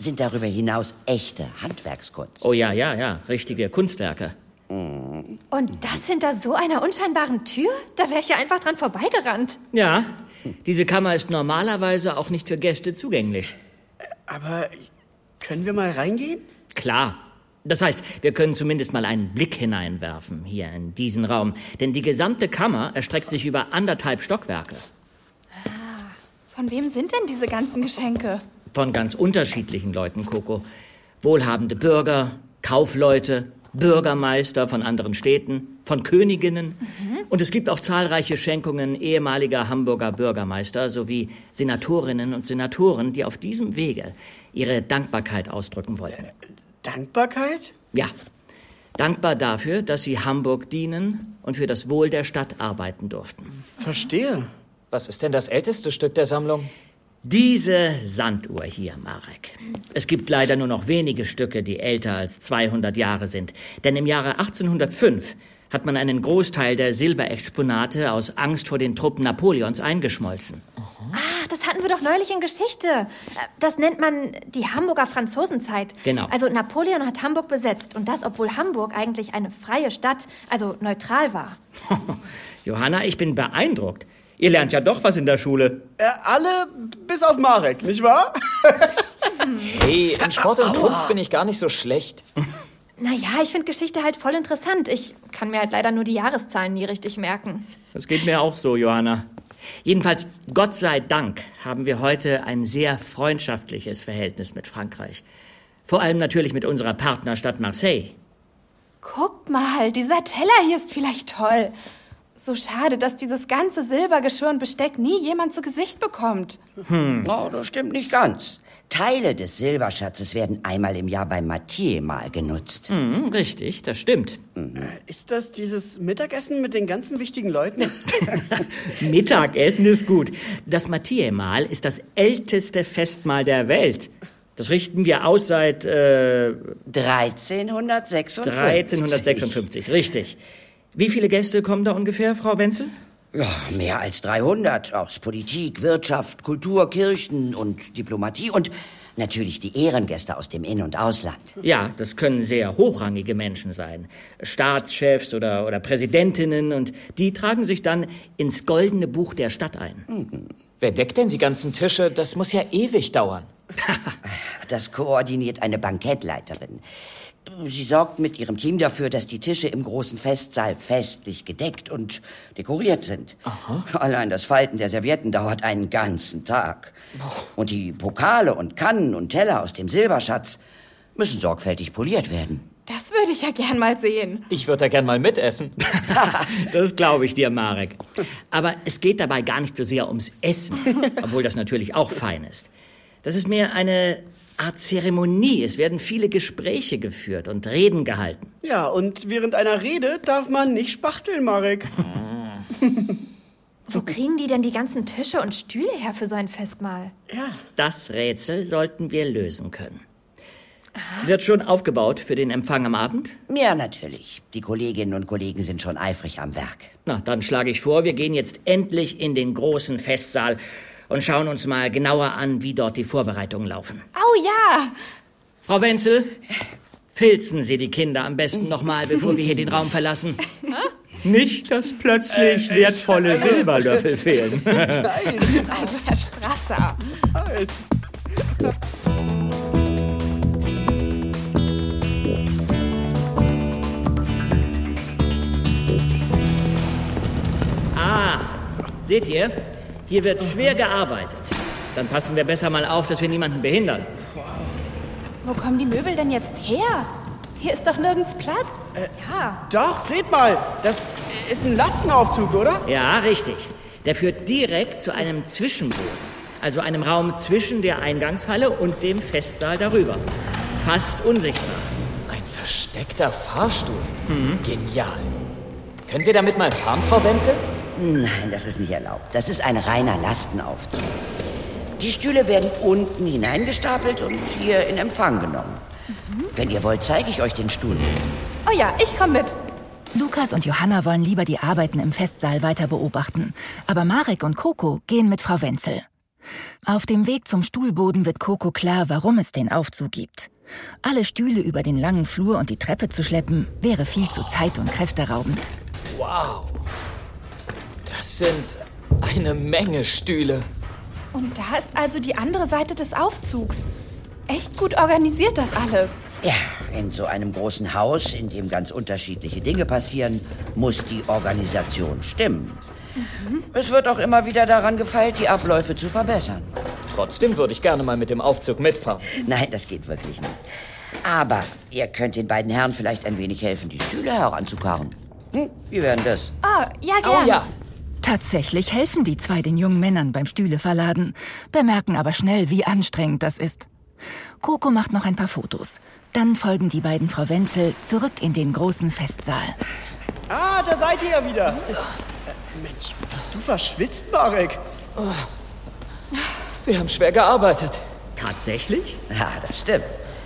K: sind darüber hinaus echte Handwerkskunst.
G: Oh ja, ja, ja, richtige Kunstwerke. Mhm.
E: Und das hinter so einer unscheinbaren Tür? Da wäre ich ja einfach dran vorbeigerannt.
G: Ja, diese Kammer ist normalerweise auch nicht für Gäste zugänglich.
D: Äh, Aber können wir mal reingehen?
G: Klar. Das heißt, wir können zumindest mal einen Blick hineinwerfen hier in diesen Raum, denn die gesamte Kammer erstreckt sich über anderthalb Stockwerke.
C: Von wem sind denn diese ganzen Geschenke?
G: Von ganz unterschiedlichen Leuten, Coco. Wohlhabende Bürger, Kaufleute, Bürgermeister von anderen Städten, von Königinnen. Und es gibt auch zahlreiche Schenkungen ehemaliger Hamburger Bürgermeister sowie Senatorinnen und Senatoren, die auf diesem Wege ihre Dankbarkeit ausdrücken wollten.
D: Dankbarkeit?
G: Ja, dankbar dafür, dass sie Hamburg dienen und für das Wohl der Stadt arbeiten durften.
D: Verstehe.
B: Was ist denn das älteste Stück der Sammlung?
G: Diese Sanduhr hier, Marek. Es gibt leider nur noch wenige Stücke, die älter als 200 Jahre sind. Denn im Jahre 1805 hat man einen Großteil der Silberexponate aus Angst vor den Truppen Napoleons eingeschmolzen.
E: Ah, das hatten wir doch neulich in Geschichte. Äh, Das nennt man die Hamburger Franzosenzeit.
G: Genau.
E: Also Napoleon hat Hamburg besetzt und das, obwohl Hamburg eigentlich eine freie Stadt, also neutral war.
G: Johanna, ich bin beeindruckt. Ihr lernt ja doch was in der Schule.
D: Äh, alle bis auf Marek, nicht wahr?
B: Hey, in Sport und Kunst bin ich gar nicht so schlecht.
E: Naja, ich finde Geschichte halt voll interessant. Ich kann mir halt leider nur die Jahreszahlen nie richtig merken.
G: Das geht mir auch so, Johanna. Jedenfalls, Gott sei Dank haben wir heute ein sehr freundschaftliches Verhältnis mit Frankreich. Vor allem natürlich mit unserer Partnerstadt Marseille.
C: Guckt mal, dieser Teller hier ist vielleicht toll. So schade, dass dieses ganze Silbergeschirr und Besteck nie jemand zu Gesicht bekommt.
K: Hm. Oh, das stimmt nicht ganz. Teile des Silberschatzes werden einmal im Jahr beim Mathieu mal genutzt.
G: Hm, richtig, das stimmt.
D: Äh, Ist das dieses Mittagessen mit den ganzen wichtigen Leuten?
G: Mittagessen ist gut. Das Mathieu-Mahl ist das älteste Festmahl der Welt. Das richten wir aus seit äh,
K: 1356.
G: 1356, richtig. Wie viele Gäste kommen da ungefähr, Frau Wenzel?
K: Ja, mehr als 300 aus Politik, Wirtschaft, Kultur, Kirchen und Diplomatie und natürlich die Ehrengäste aus dem In- und Ausland.
G: Ja, das können sehr hochrangige Menschen sein. Staatschefs oder, oder Präsidentinnen und die tragen sich dann ins goldene Buch der Stadt ein.
K: Mhm.
B: Wer deckt denn die ganzen Tische? Das muss ja ewig dauern.
K: Das koordiniert eine Bankettleiterin. Sie sorgt mit ihrem Team dafür, dass die Tische im großen Festsaal festlich gedeckt und dekoriert sind. Allein das Falten der Servietten dauert einen ganzen Tag. Und die Pokale und Kannen und Teller aus dem Silberschatz müssen sorgfältig poliert werden.
C: Das würde ich ja gern mal sehen.
B: Ich würde da gern mal mitessen.
G: das glaube ich dir, Marek. Aber es geht dabei gar nicht so sehr ums Essen, obwohl das natürlich auch fein ist. Das ist mehr eine Art Zeremonie. Es werden viele Gespräche geführt und Reden gehalten.
D: Ja, und während einer Rede darf man nicht spachteln, Marek.
E: Wo kriegen die denn die ganzen Tische und Stühle her für so ein Festmahl?
D: Ja.
G: Das Rätsel sollten wir lösen können. Wird schon aufgebaut für den Empfang am Abend?
K: Ja, natürlich. Die Kolleginnen und Kollegen sind schon eifrig am Werk.
G: Na, dann schlage ich vor, wir gehen jetzt endlich in den großen Festsaal und schauen uns mal genauer an, wie dort die Vorbereitungen laufen.
C: Oh ja!
G: Frau Wenzel, filzen Sie die Kinder am besten nochmal, bevor wir hier den Raum verlassen.
C: Hm?
G: Nicht, dass
B: Äh,
G: plötzlich wertvolle Silberlöffel fehlen.
C: Also, Herr Strasser.
D: Halt.
G: Ah, seht ihr? Hier wird schwer gearbeitet. Dann passen wir besser mal auf, dass wir niemanden behindern.
C: Wo kommen die Möbel denn jetzt her? Hier ist doch nirgends Platz.
E: Äh.
C: ja.
D: Doch, seht mal, das ist ein Lastenaufzug, oder?
G: Ja, richtig. Der führt direkt zu einem Zwischenboden. Also einem Raum zwischen der Eingangshalle und dem Festsaal darüber. Fast unsichtbar.
B: Ein versteckter Fahrstuhl. Hm. Genial. Können wir damit mal fahren, Frau Wenzel?
K: Nein, das ist nicht erlaubt. Das ist ein reiner Lastenaufzug. Die Stühle werden unten hineingestapelt und hier in Empfang genommen. Wenn ihr wollt, zeige ich euch den Stuhl.
C: Oh ja, ich komme mit.
F: Lukas und Johanna wollen lieber die Arbeiten im Festsaal weiter beobachten, aber Marek und Coco gehen mit Frau Wenzel. Auf dem Weg zum Stuhlboden wird Coco klar, warum es den Aufzug gibt. Alle Stühle über den langen Flur und die Treppe zu schleppen, wäre viel zu zeit- und kräfteraubend.
B: Wow. Das sind eine Menge Stühle.
C: Und da ist also die andere Seite des Aufzugs. Echt gut organisiert das alles.
K: Ja, in so einem großen Haus, in dem ganz unterschiedliche Dinge passieren, muss die Organisation stimmen.
E: Mhm.
K: Es wird auch immer wieder daran gefeilt, die Abläufe zu verbessern.
B: Trotzdem würde ich gerne mal mit dem Aufzug mitfahren.
K: Nein, das geht wirklich nicht. Aber ihr könnt den beiden Herren vielleicht ein wenig helfen, die Stühle heranzukarren. Hm, wie wären das?
C: Oh, ja,
F: gern.
B: ja.
F: Tatsächlich helfen die zwei den jungen Männern beim Stühle verladen, bemerken aber schnell, wie anstrengend das ist. Coco macht noch ein paar Fotos. Dann folgen die beiden Frau Wenzel zurück in den großen Festsaal.
D: Ah, da seid ihr ja wieder. Äh, Mensch, bist du verschwitzt, Marek?
B: Wir haben schwer gearbeitet.
G: Tatsächlich?
K: Ja, das stimmt.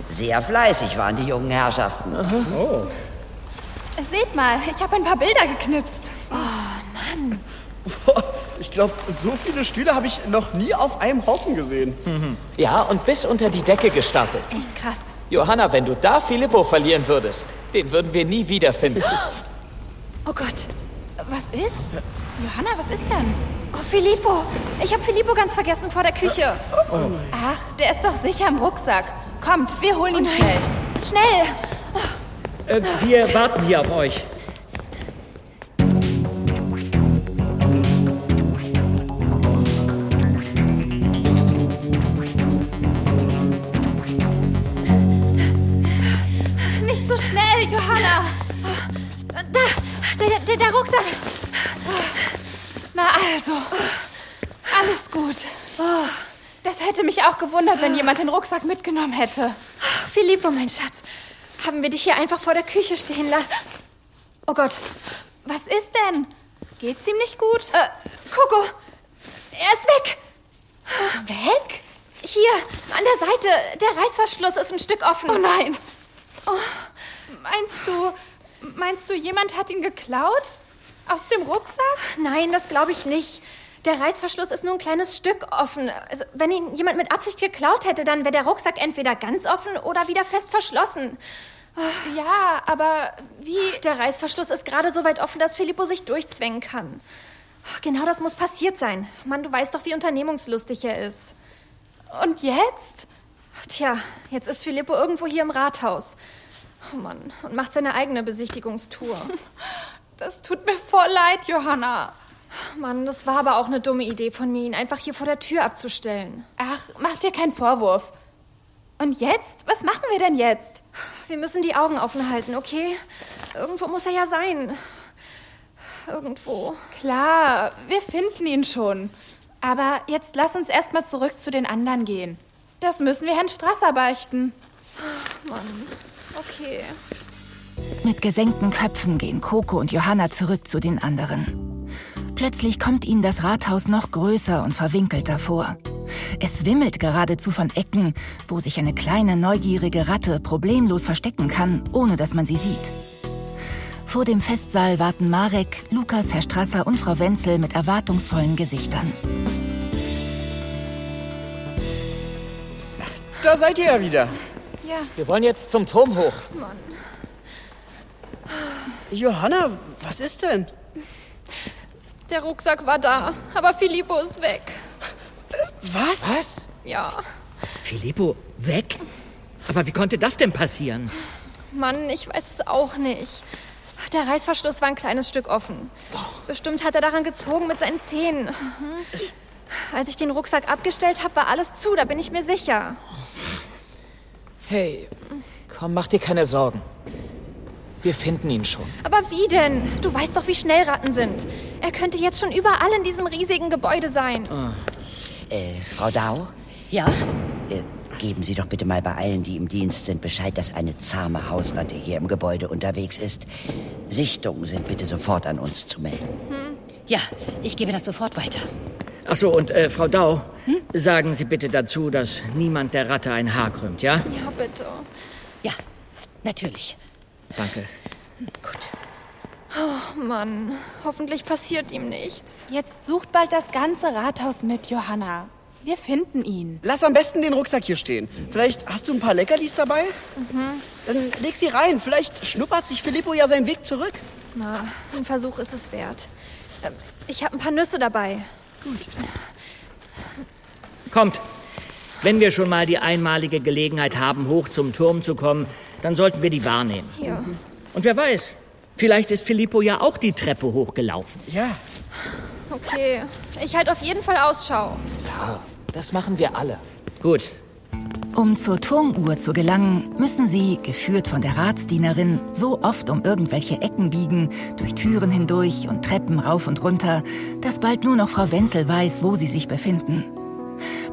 K: Sehr fleißig waren die jungen Herrschaften.
G: Oh.
C: Seht mal, ich habe ein paar Bilder geknipst.
E: Oh,
D: Ich glaube, so viele Stühle habe ich noch nie auf einem Haufen gesehen.
B: Ja, und bis unter die Decke gestapelt.
E: Echt krass.
B: Johanna, wenn du da Filippo verlieren würdest, den würden wir nie wiederfinden.
E: Oh Gott.
C: Was ist? Johanna, was ist denn?
E: Oh, Filippo. Ich habe Filippo ganz vergessen vor der Küche.
G: Oh.
C: Ach, der ist doch sicher im Rucksack. Kommt, wir holen ihn schnell.
E: Schnell.
G: Äh, wir warten hier auf euch.
C: Nicht so schnell, Johanna.
E: Da, der, der, der Rucksack.
C: Also, alles gut. Das hätte mich auch gewundert, wenn jemand den Rucksack mitgenommen hätte.
E: Filippo, mein Schatz, haben wir dich hier einfach vor der Küche stehen lassen? Oh Gott.
C: Was ist denn? Geht's ihm nicht gut?
E: Äh, Coco, er ist weg.
C: Weg?
E: Hier, an der Seite. Der Reißverschluss ist ein Stück offen.
C: Oh nein. Meinst du, meinst du, jemand hat ihn geklaut? Aus dem Rucksack?
E: Nein, das glaube ich nicht. Der Reißverschluss ist nur ein kleines Stück offen. Also, wenn ihn jemand mit Absicht geklaut hätte, dann wäre der Rucksack entweder ganz offen oder wieder fest verschlossen.
C: Ja, aber wie...
E: Der Reißverschluss ist gerade so weit offen, dass Filippo sich durchzwängen kann. Genau das muss passiert sein. Mann, du weißt doch, wie unternehmungslustig er ist.
C: Und jetzt?
E: Tja, jetzt ist Filippo irgendwo hier im Rathaus. Oh Mann, und macht seine eigene Besichtigungstour.
C: Das tut mir voll leid, Johanna.
E: Mann, das war aber auch eine dumme Idee von mir, ihn einfach hier vor der Tür abzustellen.
C: Ach, mach dir keinen Vorwurf. Und jetzt? Was machen wir denn jetzt?
E: Wir müssen die Augen offen halten, okay? Irgendwo muss er ja sein. Irgendwo.
C: Klar, wir finden ihn schon. Aber jetzt lass uns erstmal zurück zu den anderen gehen. Das müssen wir Herrn Strasser beichten.
E: Mann, okay.
F: Mit gesenkten Köpfen gehen Coco und Johanna zurück zu den anderen. Plötzlich kommt ihnen das Rathaus noch größer und verwinkelter vor. Es wimmelt geradezu von Ecken, wo sich eine kleine neugierige Ratte problemlos verstecken kann, ohne dass man sie sieht. Vor dem Festsaal warten Marek, Lukas, Herr Strasser und Frau Wenzel mit erwartungsvollen Gesichtern.
D: Da seid ihr ja wieder.
C: Ja.
B: Wir wollen jetzt zum Turm hoch.
E: Mann.
D: Johanna, was ist denn?
E: Der Rucksack war da, aber Filippo ist weg.
D: Was?
B: Was?
E: Ja.
G: Filippo, weg? Aber wie konnte das denn passieren?
E: Mann, ich weiß es auch nicht. Der Reißverschluss war ein kleines Stück offen. Bestimmt hat er daran gezogen mit seinen Zähnen. Als ich den Rucksack abgestellt habe, war alles zu, da bin ich mir sicher.
B: Hey, komm, mach dir keine Sorgen. Wir finden ihn schon.
E: Aber wie denn? Du weißt doch, wie schnell Ratten sind. Er könnte jetzt schon überall in diesem riesigen Gebäude sein.
K: Äh, Frau Dau,
H: Ja?
K: äh, geben Sie doch bitte mal bei allen, die im Dienst sind, Bescheid, dass eine zahme Hausratte hier im Gebäude unterwegs ist. Sichtungen sind bitte sofort an uns zu melden.
H: Ja, ich gebe das sofort weiter.
G: Ach so, und äh, Frau Dau,
B: Hm?
G: sagen Sie bitte dazu, dass niemand der Ratte ein Haar krümmt, ja?
E: Ja, bitte.
H: Ja, natürlich.
G: Danke.
E: Oh Mann, hoffentlich passiert ihm nichts.
C: Jetzt sucht bald das ganze Rathaus mit, Johanna. Wir finden ihn.
D: Lass am besten den Rucksack hier stehen. Vielleicht hast du ein paar Leckerlis dabei? Mhm. Dann leg sie rein. Vielleicht schnuppert sich Filippo ja seinen Weg zurück.
E: Na, ein Versuch ist es wert. Ähm, Ich habe ein paar Nüsse dabei.
G: Kommt. Wenn wir schon mal die einmalige Gelegenheit haben, hoch zum Turm zu kommen, dann sollten wir die wahrnehmen.
E: Hier.
G: Und wer weiß, vielleicht ist Filippo ja auch die Treppe hochgelaufen.
D: Ja.
E: Okay. Ich halte auf jeden Fall Ausschau.
B: Das machen wir alle.
G: Gut.
F: Um zur Turmuhr zu gelangen, müssen sie, geführt von der Ratsdienerin, so oft um irgendwelche Ecken biegen, durch Türen hindurch und Treppen rauf und runter, dass bald nur noch Frau Wenzel weiß, wo sie sich befinden.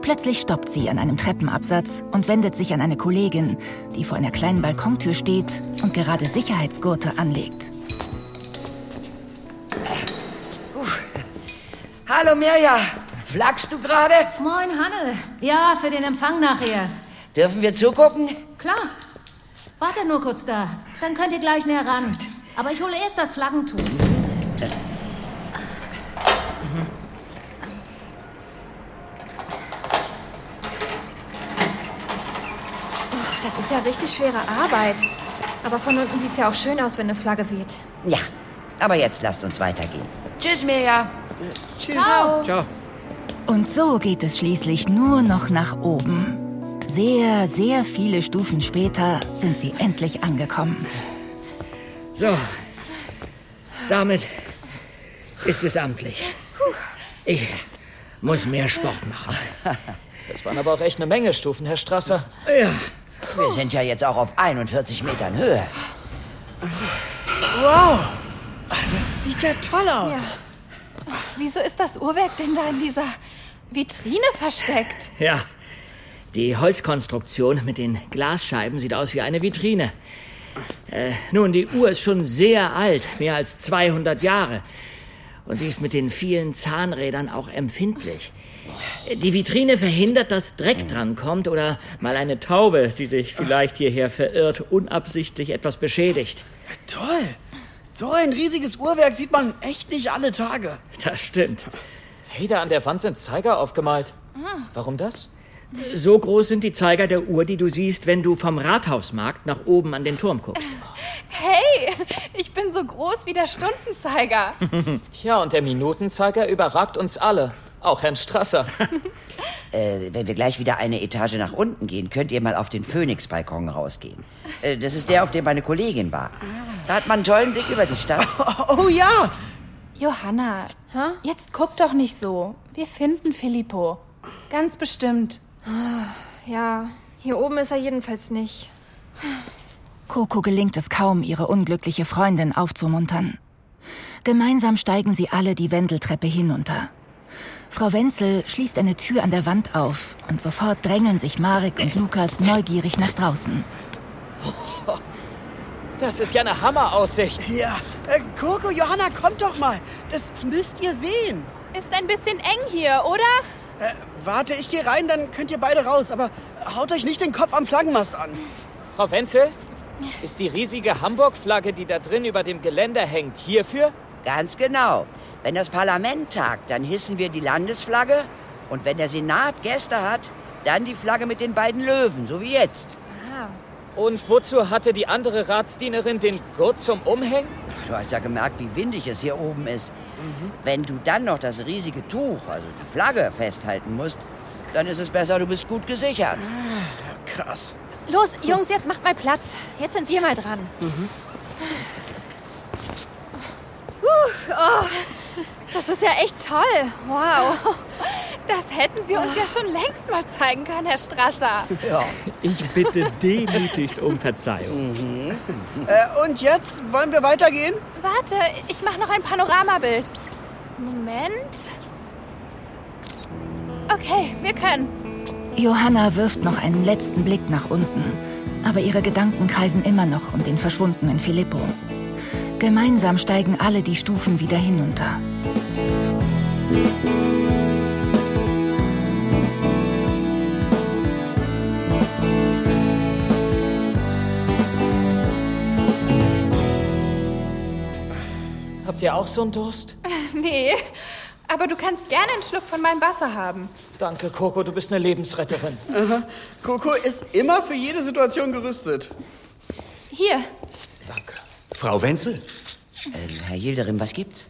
F: Plötzlich stoppt sie an einem Treppenabsatz und wendet sich an eine Kollegin, die vor einer kleinen Balkontür steht und gerade Sicherheitsgurte anlegt.
K: Hallo Mirja, flackst du gerade?
L: Moin, Hanne. Ja, für den Empfang nachher.
K: Dürfen wir zugucken?
L: Klar. Warte nur kurz da. Dann könnt ihr gleich näher ran. Aber ich hole erst das Flaggentuch.
E: Das ist ja richtig schwere Arbeit. Aber von unten sieht's ja auch schön aus, wenn eine Flagge weht.
K: Ja, aber jetzt lasst uns weitergehen. Tschüss Mirja.
G: Ciao.
F: Und so geht es schließlich nur noch nach oben. Sehr, sehr viele Stufen später sind sie endlich angekommen.
G: So. Damit ist es amtlich. Ich muss mehr Sport machen.
B: Das waren aber auch echt eine Menge Stufen, Herr Strasser.
G: Ja.
K: Wir sind ja jetzt auch auf 41 Metern Höhe.
D: Ah, Wow. Das sieht ja toll aus.
E: Ja.
C: Wieso ist das Uhrwerk denn da in dieser Vitrine versteckt?
G: Ja, die Holzkonstruktion mit den Glasscheiben sieht aus wie eine Vitrine. Äh, nun, die Uhr ist schon sehr alt, mehr als 200 Jahre. Und sie ist mit den vielen Zahnrädern auch empfindlich. Äh, Die Vitrine verhindert, dass Dreck drankommt oder mal eine Taube, die sich vielleicht hierher verirrt, unabsichtlich etwas beschädigt.
D: Toll. So ein riesiges Uhrwerk sieht man echt nicht alle Tage.
G: Das stimmt.
B: Hey, da an der Wand sind Zeiger aufgemalt.
C: Ah.
B: Warum das?
G: So groß sind die Zeiger der Uhr, die du siehst, wenn du vom Rathausmarkt nach oben an den Turm guckst.
C: Hey, ich bin so groß wie der Stundenzeiger.
B: Tja, und der Minutenzeiger überragt uns alle. Auch Herrn Strasser.
K: Äh, wenn wir gleich wieder eine Etage nach unten gehen, könnt ihr mal auf den Phoenix-Balkon rausgehen. Äh, das ist der, auf dem meine Kollegin war. Da hat man einen tollen Blick über die Stadt.
D: Oh ja!
C: Johanna, jetzt guck doch nicht so. Wir finden Filippo. Ganz bestimmt.
E: Ah, Ja, hier oben ist er jedenfalls nicht.
F: Coco gelingt es kaum, ihre unglückliche Freundin aufzumuntern. Gemeinsam steigen sie alle die Wendeltreppe hinunter. Frau Wenzel schließt eine Tür an der Wand auf und sofort drängeln sich Marek und Lukas neugierig nach draußen.
B: Das ist ja eine Hammeraussicht.
D: Ja. Äh, Coco, Johanna, kommt doch mal. Das müsst ihr sehen.
C: Ist ein bisschen eng hier, oder?
D: Äh, warte, ich gehe rein, dann könnt ihr beide raus. Aber haut euch nicht den Kopf am Flaggenmast an.
B: Frau Wenzel, ist die riesige Hamburg-Flagge, die da drin über dem Geländer hängt, hierfür?
K: Ganz genau. Wenn das Parlament tagt, dann hissen wir die Landesflagge. Und wenn der Senat Gäste hat, dann die Flagge mit den beiden Löwen, so wie jetzt.
B: Und wozu hatte die andere Ratsdienerin den Gurt zum Um- Umhängen?
K: Du hast ja gemerkt, wie windig es hier oben ist. Wenn du dann noch das riesige Tuch, also die Flagge, festhalten musst, dann ist es besser, du bist gut gesichert.
D: Krass.
E: Los, Jungs, jetzt macht mal Platz. Jetzt sind wir mal dran. Huh, oh, das ist ja echt toll. Wow.
C: Das hätten Sie uns ja schon längst mal zeigen können, Herr Strasser.
K: Ja.
G: Ich bitte demütigst um Verzeihung. Mhm.
D: Äh, und jetzt wollen wir weitergehen?
C: Warte, ich mache noch ein Panoramabild. Moment. Okay, wir können.
F: Johanna wirft noch einen letzten Blick nach unten, aber ihre Gedanken kreisen immer noch um den verschwundenen Filippo. Gemeinsam steigen alle die Stufen wieder hinunter.
B: Habt ihr auch so einen Durst?
C: Nee, aber du kannst gerne einen Schluck von meinem Wasser haben.
B: Danke, Coco, du bist eine Lebensretterin.
D: Coco ist immer für jede Situation gerüstet.
C: Hier,
M: Frau Wenzel,
K: Ähm, Herr Yildirim, was gibt's?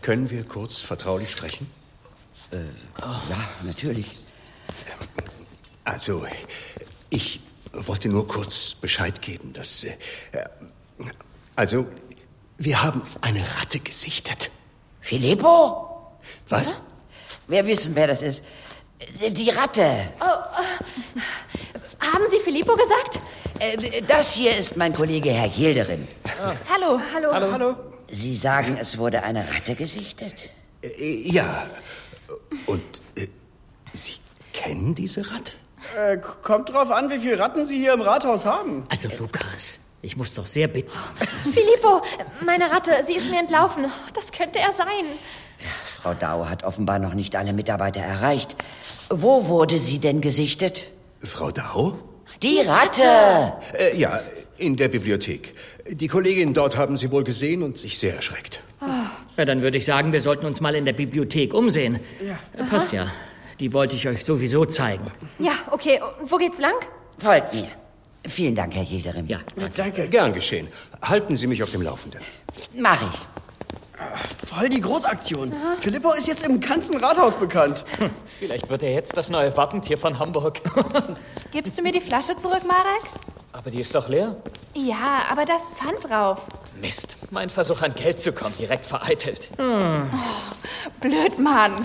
M: können wir kurz vertraulich sprechen?
K: Äh, oh. Ja, natürlich.
M: Also, ich wollte nur kurz Bescheid geben, dass. äh, äh, Also, wir haben eine Ratte gesichtet.
K: Filippo?
M: Was?
K: Wir wissen, wer das ist. Äh, Die Ratte.
E: Oh, Haben Sie Filippo gesagt?
K: Äh, Das hier ist mein Kollege Herr Yildirim.
E: Hallo, Ah. hallo. Hallo,
K: Sie sagen, es wurde eine Ratte gesichtet?
M: Äh, Ja. Und äh, Sie kennen diese Ratte?
D: Äh, k- kommt drauf an, wie viele Ratten Sie hier im Rathaus haben.
G: Also, Lukas, ich muss doch sehr bitten.
E: Filippo, meine Ratte, sie ist mir entlaufen. Oh, Das könnte er sein.
K: Frau Dau hat offenbar noch nicht alle Mitarbeiter erreicht. Wo wurde sie denn gesichtet?
M: Frau Dau?
K: Die Ratte!
M: Äh, ja, in der Bibliothek. Die Kollegin dort haben Sie wohl gesehen und sich sehr erschreckt.
G: Ja, dann würde ich sagen, wir sollten uns mal in der Bibliothek umsehen. Äh, Passt ja. Die wollte ich euch sowieso zeigen.
E: Ja, okay. Und wo geht's lang?
K: Folgt mir. Vielen Dank, Herr Yildirim.
G: Ja.
M: Danke. Gern geschehen. Halten Sie mich auf dem Laufenden.
K: Mach ich.
D: Voll die Großaktion. Filippo ist jetzt im ganzen Rathaus bekannt.
B: Vielleicht wird er jetzt das neue Wappentier von Hamburg.
C: gibst du mir die Flasche zurück, Marek?
B: Aber die ist doch leer.
C: Ja, aber das Pfand drauf.
B: Mist, mein Versuch an Geld zu kommen, direkt vereitelt.
C: Ah,
N: Ah.
C: Oh, Blöd, Mann.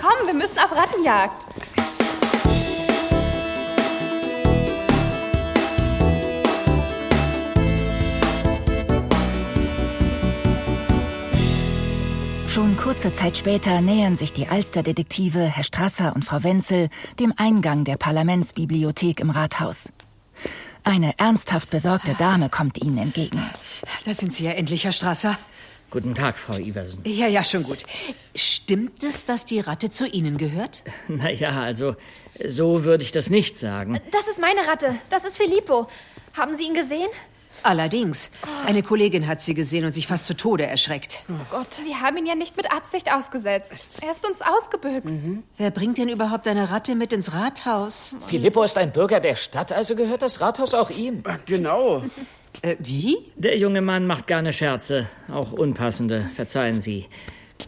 C: Komm, wir müssen auf Rattenjagd.
F: Schon kurze Zeit später nähern sich die Alsterdetektive Herr Strasser und Frau Wenzel dem Eingang der Parlamentsbibliothek im Rathaus. Eine ernsthaft besorgte Dame kommt ihnen entgegen.
N: Da sind Sie ja endlich, Herr Strasser.
G: Guten Tag, Frau Iversen.
N: Ja, ja, schon gut. Stimmt es, dass die Ratte zu Ihnen gehört?
G: Naja, also, so würde ich das nicht sagen.
E: Das ist meine Ratte. Das ist Filippo. Haben Sie ihn gesehen?
N: Allerdings. Eine Kollegin hat sie gesehen und sich fast zu Tode erschreckt.
C: Gott, wir haben ihn ja nicht mit Absicht ausgesetzt. Er ist uns ausgebüxt.
N: Mhm. Wer bringt denn überhaupt eine Ratte mit ins Rathaus?
B: Filippo ist ein Bürger der Stadt, also gehört das Rathaus auch ihm.
D: Genau.
N: wie?
G: Der junge Mann macht gerne Scherze, auch unpassende, verzeihen Sie.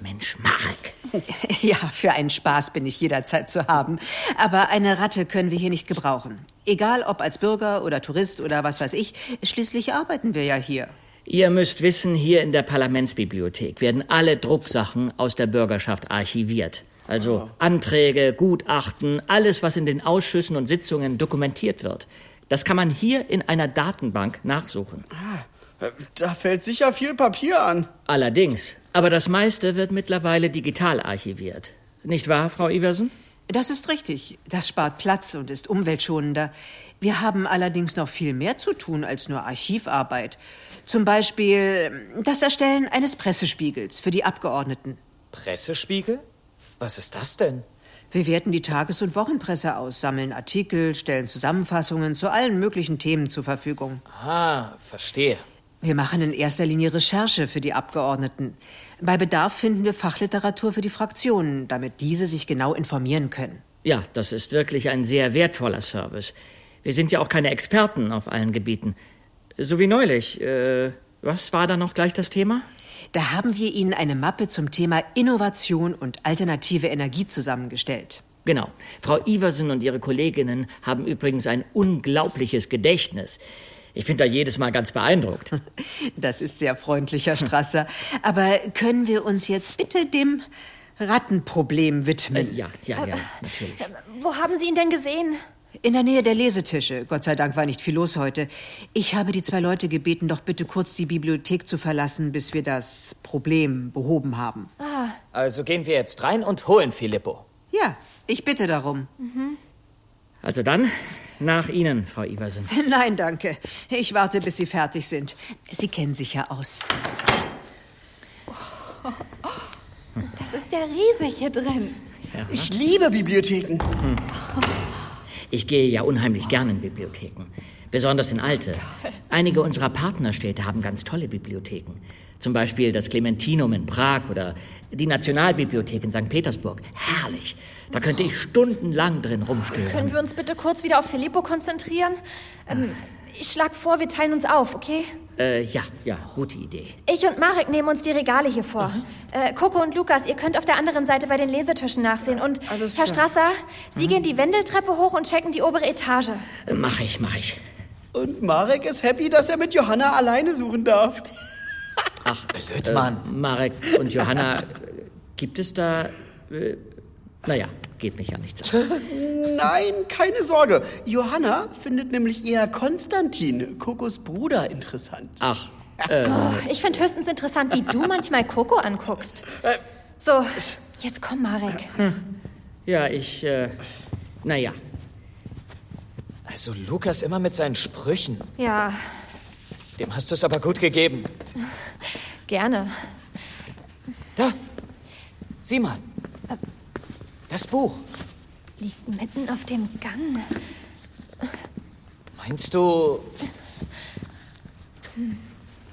G: Mensch, Mark.
N: Ja, für einen Spaß bin ich jederzeit zu haben. Aber eine Ratte können wir hier nicht gebrauchen. Egal ob als Bürger oder Tourist oder was weiß ich, schließlich arbeiten wir ja hier.
G: Ihr müsst wissen, hier in der Parlamentsbibliothek werden alle Drucksachen aus der Bürgerschaft archiviert. Also Anträge, Gutachten, alles, was in den Ausschüssen und Sitzungen dokumentiert wird. Das kann man hier in einer Datenbank nachsuchen.
D: Ah. Äh, Da fällt sicher viel Papier an.
G: Allerdings, aber das meiste wird mittlerweile digital archiviert. Nicht wahr, Frau Iversen?
N: Das ist richtig. Das spart Platz und ist umweltschonender. Wir haben allerdings noch viel mehr zu tun als nur Archivarbeit. Zum Beispiel ähm, das Erstellen eines Pressespiegels für die Abgeordneten.
B: Pressespiegel? Was ist das denn?
N: Wir werten die Tages- und Wochenpresse aus, sammeln Artikel, stellen Zusammenfassungen zu allen möglichen Themen zur Verfügung.
B: Ah, verstehe.
N: Wir machen in erster Linie Recherche für die Abgeordneten. Bei Bedarf finden wir Fachliteratur für die Fraktionen, damit diese sich genau informieren können.
G: Ja, das ist wirklich ein sehr wertvoller Service. Wir sind ja auch keine Experten auf allen Gebieten. So wie neulich. Äh, was war da noch gleich das Thema?
N: Da haben wir Ihnen eine Mappe zum Thema Innovation und alternative Energie zusammengestellt.
G: Genau. Frau Iversen und ihre Kolleginnen haben übrigens ein unglaubliches Gedächtnis. Ich bin da jedes Mal ganz beeindruckt.
N: Das ist sehr freundlich, Herr Strasser. Aber können wir uns jetzt bitte dem Rattenproblem widmen?
G: Äh, ja, ja, ja, natürlich.
E: Wo haben Sie ihn denn gesehen?
N: In der Nähe der Lesetische. Gott sei Dank war nicht viel los heute. Ich habe die zwei Leute gebeten, doch bitte kurz die Bibliothek zu verlassen, bis wir das Problem behoben haben.
B: Also gehen wir jetzt rein und holen Filippo.
N: Ja, ich bitte darum.
G: Also dann, nach Ihnen, Frau Iversen.
N: Nein, danke. Ich warte, bis Sie fertig sind. Sie kennen sich ja aus.
C: Das ist ja riesig hier drin.
D: Ich liebe Bibliotheken.
G: Hm. Ich gehe ja unheimlich gern in Bibliotheken. Besonders in alte. Einige unserer Partnerstädte haben ganz tolle Bibliotheken. Zum Beispiel das Clementinum in Prag oder die Nationalbibliothek in St. Petersburg. Herrlich. Da könnte ich stundenlang drin rumstören.
E: Können wir uns bitte kurz wieder auf Filippo konzentrieren? Ähm, ich schlage vor, wir teilen uns auf, okay?
G: Äh, ja, ja, gute Idee.
E: Ich und Marek nehmen uns die Regale hier vor. Äh, Coco und Lukas, ihr könnt auf der anderen Seite bei den Lesetischen nachsehen. Und Herr Strasser, Sie gehen die Wendeltreppe hoch und checken die obere Etage.
G: Äh, Mach ich, mach ich.
D: Und Marek ist happy, dass er mit Johanna alleine suchen darf.
G: Ach, blöd, Mann. Marek und Johanna, äh, gibt es da. Äh, naja, geht mich ja nichts an.
D: Nein, keine Sorge. Johanna findet nämlich eher Konstantin, Kokos Bruder, interessant.
G: Ach, äh,
E: Oh, ich finde höchstens interessant, wie du manchmal Coco anguckst. So, jetzt komm, Marek.
G: ja, ich. Äh, naja.
B: Also Lukas immer mit seinen Sprüchen.
E: Ja,
B: Dem hast du es aber gut gegeben.
E: gerne.
B: Da, sieh mal. Das Buch.
E: Äh. Liegt mitten auf dem Gang.
B: Meinst du,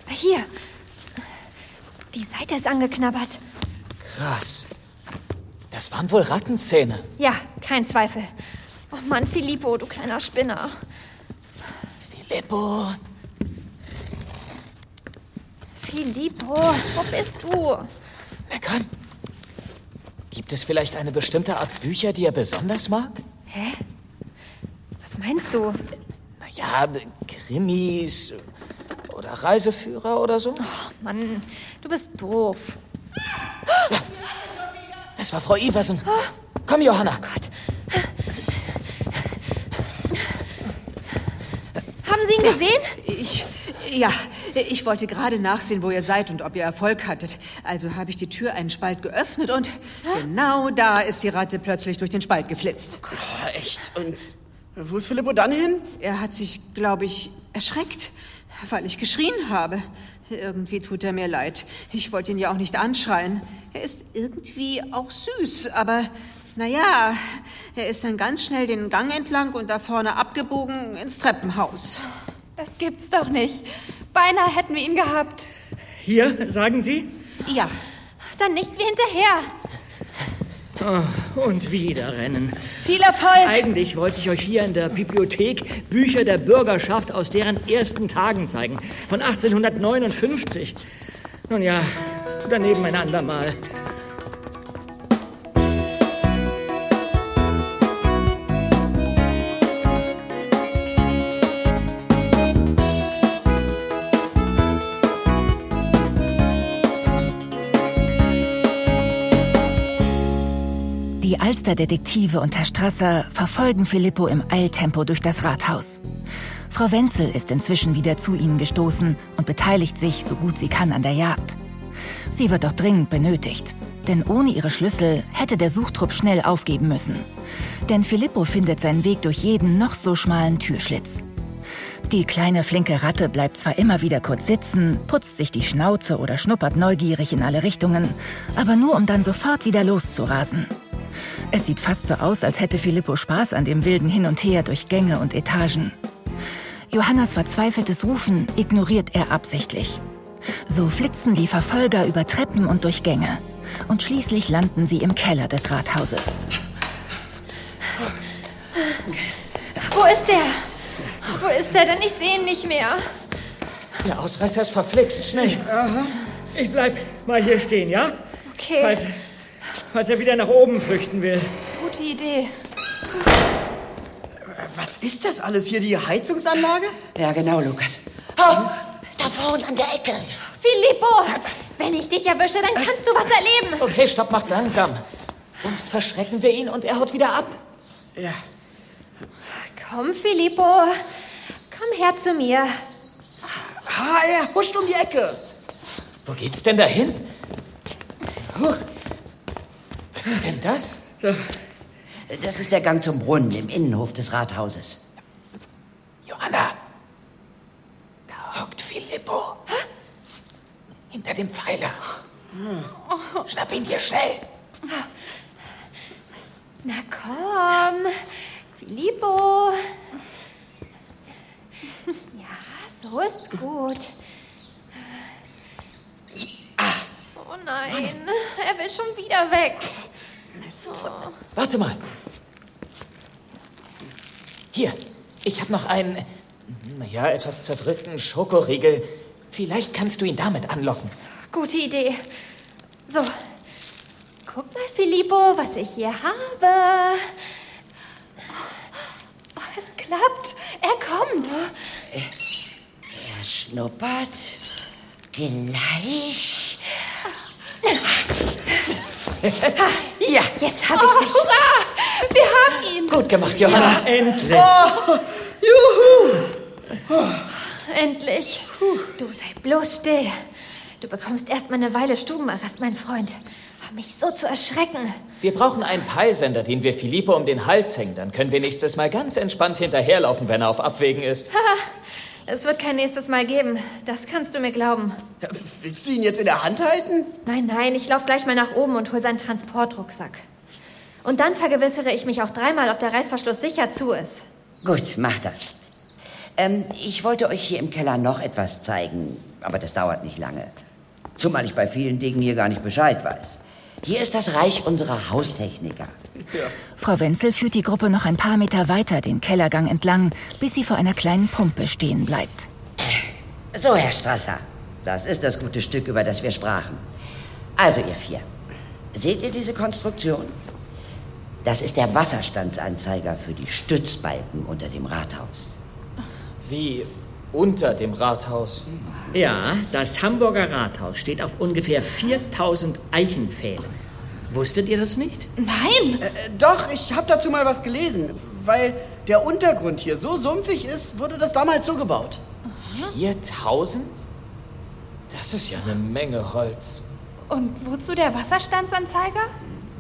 E: Hier. Die Seite ist angeknabbert.
B: krass. Das waren wohl Rattenzähne.
E: Ja, kein Zweifel. Oh Mann, Filippo, du kleiner Spinner.
B: Filippo.
E: Filippo, wo bist du?
B: Na komm. Gibt es vielleicht eine bestimmte Art Bücher, die er besonders mag?
E: Hä? Was meinst du?
B: Naja, Krimis oder Reiseführer oder so.
E: Mann, du bist doof.
B: Das war Frau Iversen. Komm, Johanna.
E: Haben Sie ihn gesehen?
N: Ich, Ja, ich wollte gerade nachsehen, wo ihr seid und ob ihr Erfolg hattet. Also habe ich die Tür einen Spalt geöffnet und genau da ist die Ratte plötzlich durch den Spalt geflitzt.
D: Oh, echt? Und wo ist Filippo dann hin?
N: Er hat sich, glaube ich, erschreckt, weil ich geschrien habe. Irgendwie tut er mir leid. Ich wollte ihn ja auch nicht anschreien. Er ist irgendwie auch süß, aber naja, er ist dann ganz schnell den Gang entlang und da vorne abgebogen ins Treppenhaus.
C: Das gibt's doch nicht. Beinahe hätten wir ihn gehabt.
G: Hier, sagen Sie?
N: Ja.
E: Dann nichts wie hinterher.
G: Oh, und wieder rennen.
N: Viel Erfolg!
G: Eigentlich wollte ich euch hier in der Bibliothek Bücher der Bürgerschaft aus deren ersten Tagen zeigen. Von 1859. Nun ja, daneben ein andermal.
F: Die Alsterdetektive und Herr Strasser verfolgen Filippo im Eiltempo durch das Rathaus. Frau Wenzel ist inzwischen wieder zu ihnen gestoßen und beteiligt sich so gut sie kann an der Jagd. Sie wird auch dringend benötigt, denn ohne ihre Schlüssel hätte der Suchtrupp schnell aufgeben müssen. Denn Filippo findet seinen Weg durch jeden noch so schmalen Türschlitz. Die kleine flinke Ratte bleibt zwar immer wieder kurz sitzen, putzt sich die Schnauze oder schnuppert neugierig in alle Richtungen, aber nur um dann sofort wieder loszurasen. Es sieht fast so aus, als hätte Filippo Spaß an dem wilden Hin und Her durch Gänge und Etagen. Johannas verzweifeltes Rufen ignoriert er absichtlich. So flitzen die Verfolger über Treppen und durch Gänge. Und schließlich landen sie im Keller des Rathauses.
E: Wo ist der? Wo ist der denn? Ich sehe ihn nicht mehr.
B: Der Ausreißer ist verflixt. Schnell.
G: Ich bleib mal hier stehen, ja?
E: Okay.
G: Falls, falls er wieder nach oben flüchten will.
C: Gute Idee.
D: Äh, Was ist das alles hier, die Heizungsanlage?
K: Ja, genau, Lukas.
D: Ah,
K: da vorne an der Ecke.
E: Filippo! Wenn ich dich erwische, dann kannst du was erleben.
B: Okay, stopp, macht langsam. Sonst verschrecken wir ihn und er haut wieder ab.
E: Ja. Komm, Filippo. Komm her zu mir.
D: Ah, er huscht um die Ecke.
B: Wo geht's denn dahin? Huch. Was ist denn das?
K: Das ist der Gang zum Brunnen im Innenhof des Rathauses.
B: Johanna! Da hockt Filippo. Hinter dem Pfeiler. Schnapp ihn dir schnell.
E: Na komm. Filippo. Ja, so ist's gut.
C: Ah.
E: Oh nein, er will schon wieder weg. Oh.
B: Warte mal. Hier, ich habe noch einen, naja, etwas zerdrückten Schokoriegel. Vielleicht kannst du ihn damit anlocken.
E: Gute Idee. So, guck mal, Filippo, was ich hier habe.
C: Oh, es klappt. Er kommt.
K: Er schnuppert. Gleich.
B: ja.
E: Jetzt habe ich dich.
C: Oh, Hurra! Wir haben ihn.
B: Gut gemacht, Johanna. Endlich.
D: Ah,
E: Endlich. Du sei bloß still. Du bekommst erst mal eine Weile Stubenarrest, mein Freund. Um mich so zu erschrecken.
B: Wir brauchen einen Peilsender, den wir Filippo um den Hals hängen. Dann können wir nächstes Mal ganz entspannt hinterherlaufen, wenn er auf Abwägen ist.
E: Haha, Es wird kein nächstes Mal geben. Das kannst du mir glauben.
D: Willst du ihn jetzt in der Hand halten?
E: Nein, nein, ich laufe gleich mal nach oben und hol seinen Transportrucksack. Und dann vergewissere ich mich auch dreimal, ob der Reißverschluss sicher zu ist.
K: Gut, mach das. Ähm, ich wollte euch hier im Keller noch etwas zeigen, aber das dauert nicht lange. Zumal ich bei vielen Dingen hier gar nicht Bescheid weiß. Hier ist das Reich unserer Haustechniker.
F: Frau Wenzel führt die Gruppe noch ein paar Meter weiter den Kellergang entlang, bis sie vor einer kleinen Pumpe stehen bleibt.
K: So, Herr Strasser, das ist das gute Stück, über das wir sprachen. Also, ihr vier, seht ihr diese Konstruktion? Das ist der Wasserstandsanzeiger für die Stützbalken unter dem Rathaus.
B: Wie unter dem Rathaus.
G: Hm. Ja, das Hamburger Rathaus steht auf ungefähr 4000 Eichenpfählen. Wusstet ihr das nicht?
D: Nein! Äh, doch, ich habe dazu mal was gelesen. Weil der Untergrund hier so sumpfig ist, wurde das damals so gebaut.
B: 4000? Das ist ja eine Menge Holz.
C: Und wozu der Wasserstandsanzeiger?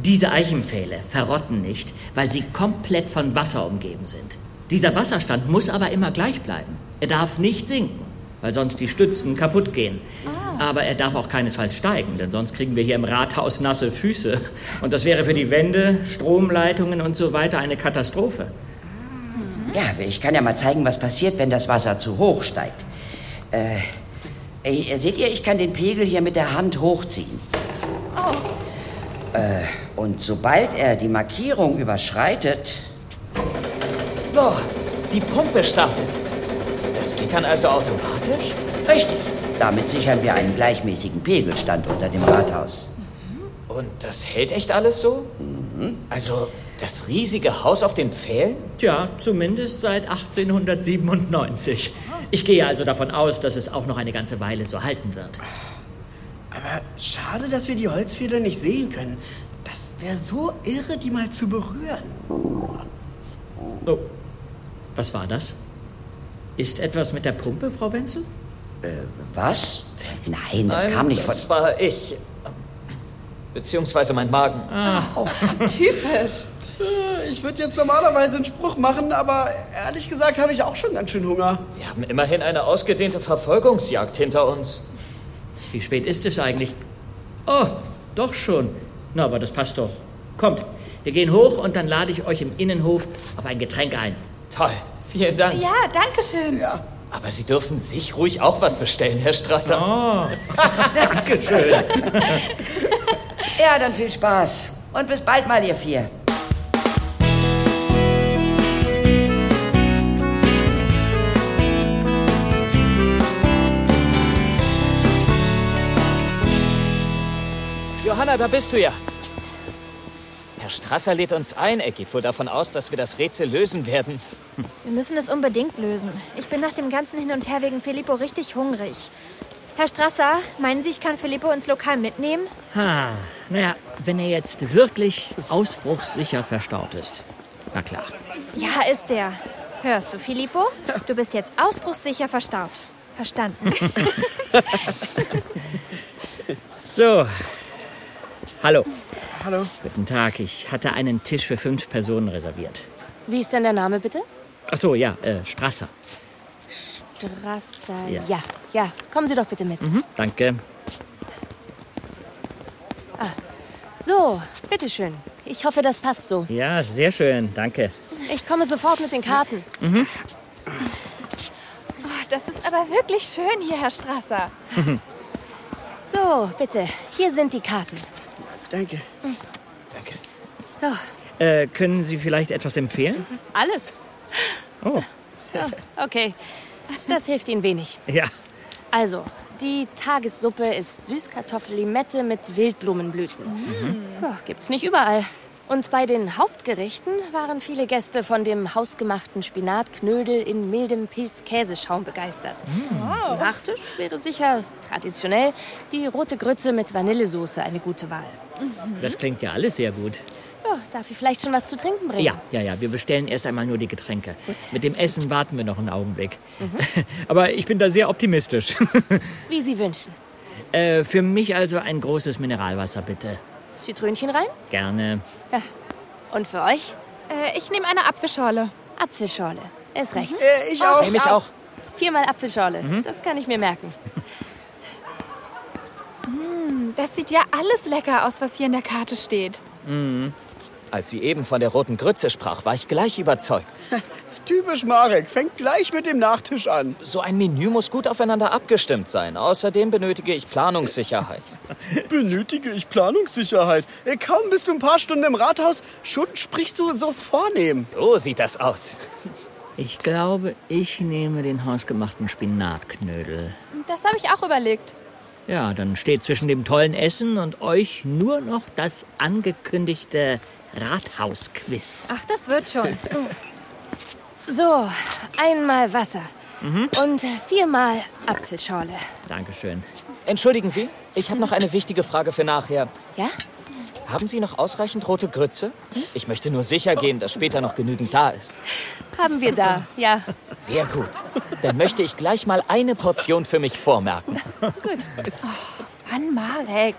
G: Diese Eichenpfähle verrotten nicht, weil sie komplett von Wasser umgeben sind. Dieser Wasserstand muss aber immer gleich bleiben. Er darf nicht sinken, weil sonst die Stützen kaputt gehen. Aber er darf auch keinesfalls steigen, denn sonst kriegen wir hier im Rathaus nasse Füße. Und das wäre für die Wände, Stromleitungen und so weiter eine Katastrophe. Mhm.
K: Ja, ich kann ja mal zeigen, was passiert, wenn das Wasser zu hoch steigt. Äh, äh, seht ihr, ich kann den Pegel hier mit der Hand hochziehen. Äh, und sobald er die Markierung überschreitet,
B: Doch, die Pumpe startet. Das geht dann also automatisch?
K: Richtig. damit sichern wir einen gleichmäßigen Pegelstand unter dem Rathaus.
B: Und das hält echt alles so?
G: Mhm.
B: Also das riesige Haus auf den Pfählen?
G: Tja, zumindest seit 1897. Ich gehe also davon aus, dass es auch noch eine ganze Weile so halten wird.
D: Aber schade, dass wir die Holzfeder nicht sehen können. Das wäre so irre, die mal zu berühren.
G: Oh, was war das? Ist etwas mit der Pumpe, Frau Wenzel?
K: Äh, was? Nein,
G: das kam nicht
B: das
G: von-
B: war ich. Beziehungsweise mein Magen.
G: Ah.
D: Ah. Typisch. Äh, Ich würde jetzt normalerweise einen Spruch machen, aber ehrlich gesagt habe ich auch schon ganz schön Hunger.
B: Wir haben immerhin eine ausgedehnte Verfolgungsjagd hinter uns.
G: Wie spät ist es eigentlich? Oh, doch schon. Na, aber das passt doch. Kommt, wir gehen hoch und dann lade ich euch im Innenhof auf ein Getränk ein.
B: Toll, vielen Dank.
C: Ja, danke schön.
B: Aber Sie dürfen sich ruhig auch was bestellen, Herr Strasser. Oh,
K: Dankeschön. ja, dann viel Spaß. Und bis bald mal, ihr vier.
B: Johanna, da bist du ja. Herr Strasser lädt uns ein. Er geht wohl davon aus, dass wir das Rätsel lösen werden.
E: Wir müssen es unbedingt lösen. Ich bin nach dem ganzen Hin und Her wegen Filippo richtig hungrig. Herr Strasser, meinen Sie, ich kann Filippo ins Lokal mitnehmen?
G: Ha, naja, wenn er jetzt wirklich ausbruchssicher verstaut ist. Na klar.
E: Ja, ist er. Hörst du, Filippo? Du bist jetzt ausbruchssicher verstaut. Verstanden.
G: So. Hallo.
D: Hallo.
G: Guten Tag, ich hatte einen Tisch für fünf Personen reserviert.
H: Wie ist denn der Name bitte?
G: Ach so, ja, äh, Strasser.
H: Strasser.
G: Ja.
H: Ja. ja, Kommen Sie doch bitte mit.
G: Danke.
H: So, bitteschön. Ich hoffe, das passt so.
G: Ja, sehr schön, danke.
H: Ich komme sofort mit den Karten.
G: Mhm.
C: Oh, das ist aber wirklich schön hier, Herr Strasser.
G: Mhm.
H: So, bitte. Hier sind die Karten.
D: Danke.
B: Danke.
H: So,
G: Äh, können Sie vielleicht etwas empfehlen?
H: alles.
G: Oh,
H: Ja, okay. Das hilft Ihnen wenig.
G: ja.
H: Also, die Tagessuppe ist Süßkartoffellimette mit Wildblumenblüten.
G: Mhm.
H: Ja, gibt's nicht überall. Und bei den Hauptgerichten waren viele Gäste von dem hausgemachten Spinatknödel in mildem Pilzkäseschaum begeistert. Zum Nachtisch wäre sicher traditionell die rote Grütze mit Vanillesoße eine gute Wahl.
G: Das klingt ja alles sehr gut.
H: Ja, darf ich vielleicht schon was zu trinken bringen?
G: Ja, ja, ja. Wir bestellen erst einmal nur die Getränke. Mit dem Essen warten wir noch einen Augenblick. Aber ich bin da sehr optimistisch.
H: Wie Sie wünschen.
G: äh, für mich also ein großes Mineralwasser, bitte.
H: Zitrönchen rein?
G: Gerne.
H: Und für euch?
C: Äh, ich nehme eine Apfelschorle. Mhm.
H: Apfelschorle. Ist recht.
D: Äh, ich auch.
H: Nehme ich
D: Ich
H: auch.
D: auch.
H: Viermal Apfelschorle. Das kann ich mir merken.
C: Hm, das sieht ja alles lecker aus, was hier in der Karte steht.
B: Als sie eben von der roten Grütze sprach, war ich gleich überzeugt.
D: Typisch Marek, fängt gleich mit dem Nachtisch an.
B: So ein Menü muss gut aufeinander abgestimmt sein. Außerdem benötige ich Planungssicherheit.
D: Benötige ich Planungssicherheit. Äh, Kaum bist du ein paar Stunden im Rathaus, schon sprichst du so vornehm.
B: So sieht das aus.
G: Ich glaube, ich nehme den hausgemachten Spinatknödel.
C: Das habe ich auch überlegt.
G: Ja, dann steht zwischen dem tollen Essen und euch nur noch das angekündigte Rathausquiz.
E: Ach, das wird schon.
H: So, einmal Wasser
G: Mhm.
H: und viermal Apfelschorle.
G: Dankeschön.
B: Entschuldigen Sie, ich habe noch eine wichtige Frage für nachher.
H: Ja?
B: Haben Sie noch ausreichend rote Grütze? Ich möchte nur sicher gehen, dass später noch genügend da ist.
H: Haben wir da, ja.
B: Sehr gut. Dann möchte ich gleich mal eine Portion für mich vormerken.
H: Gut.
C: Mann, Marek,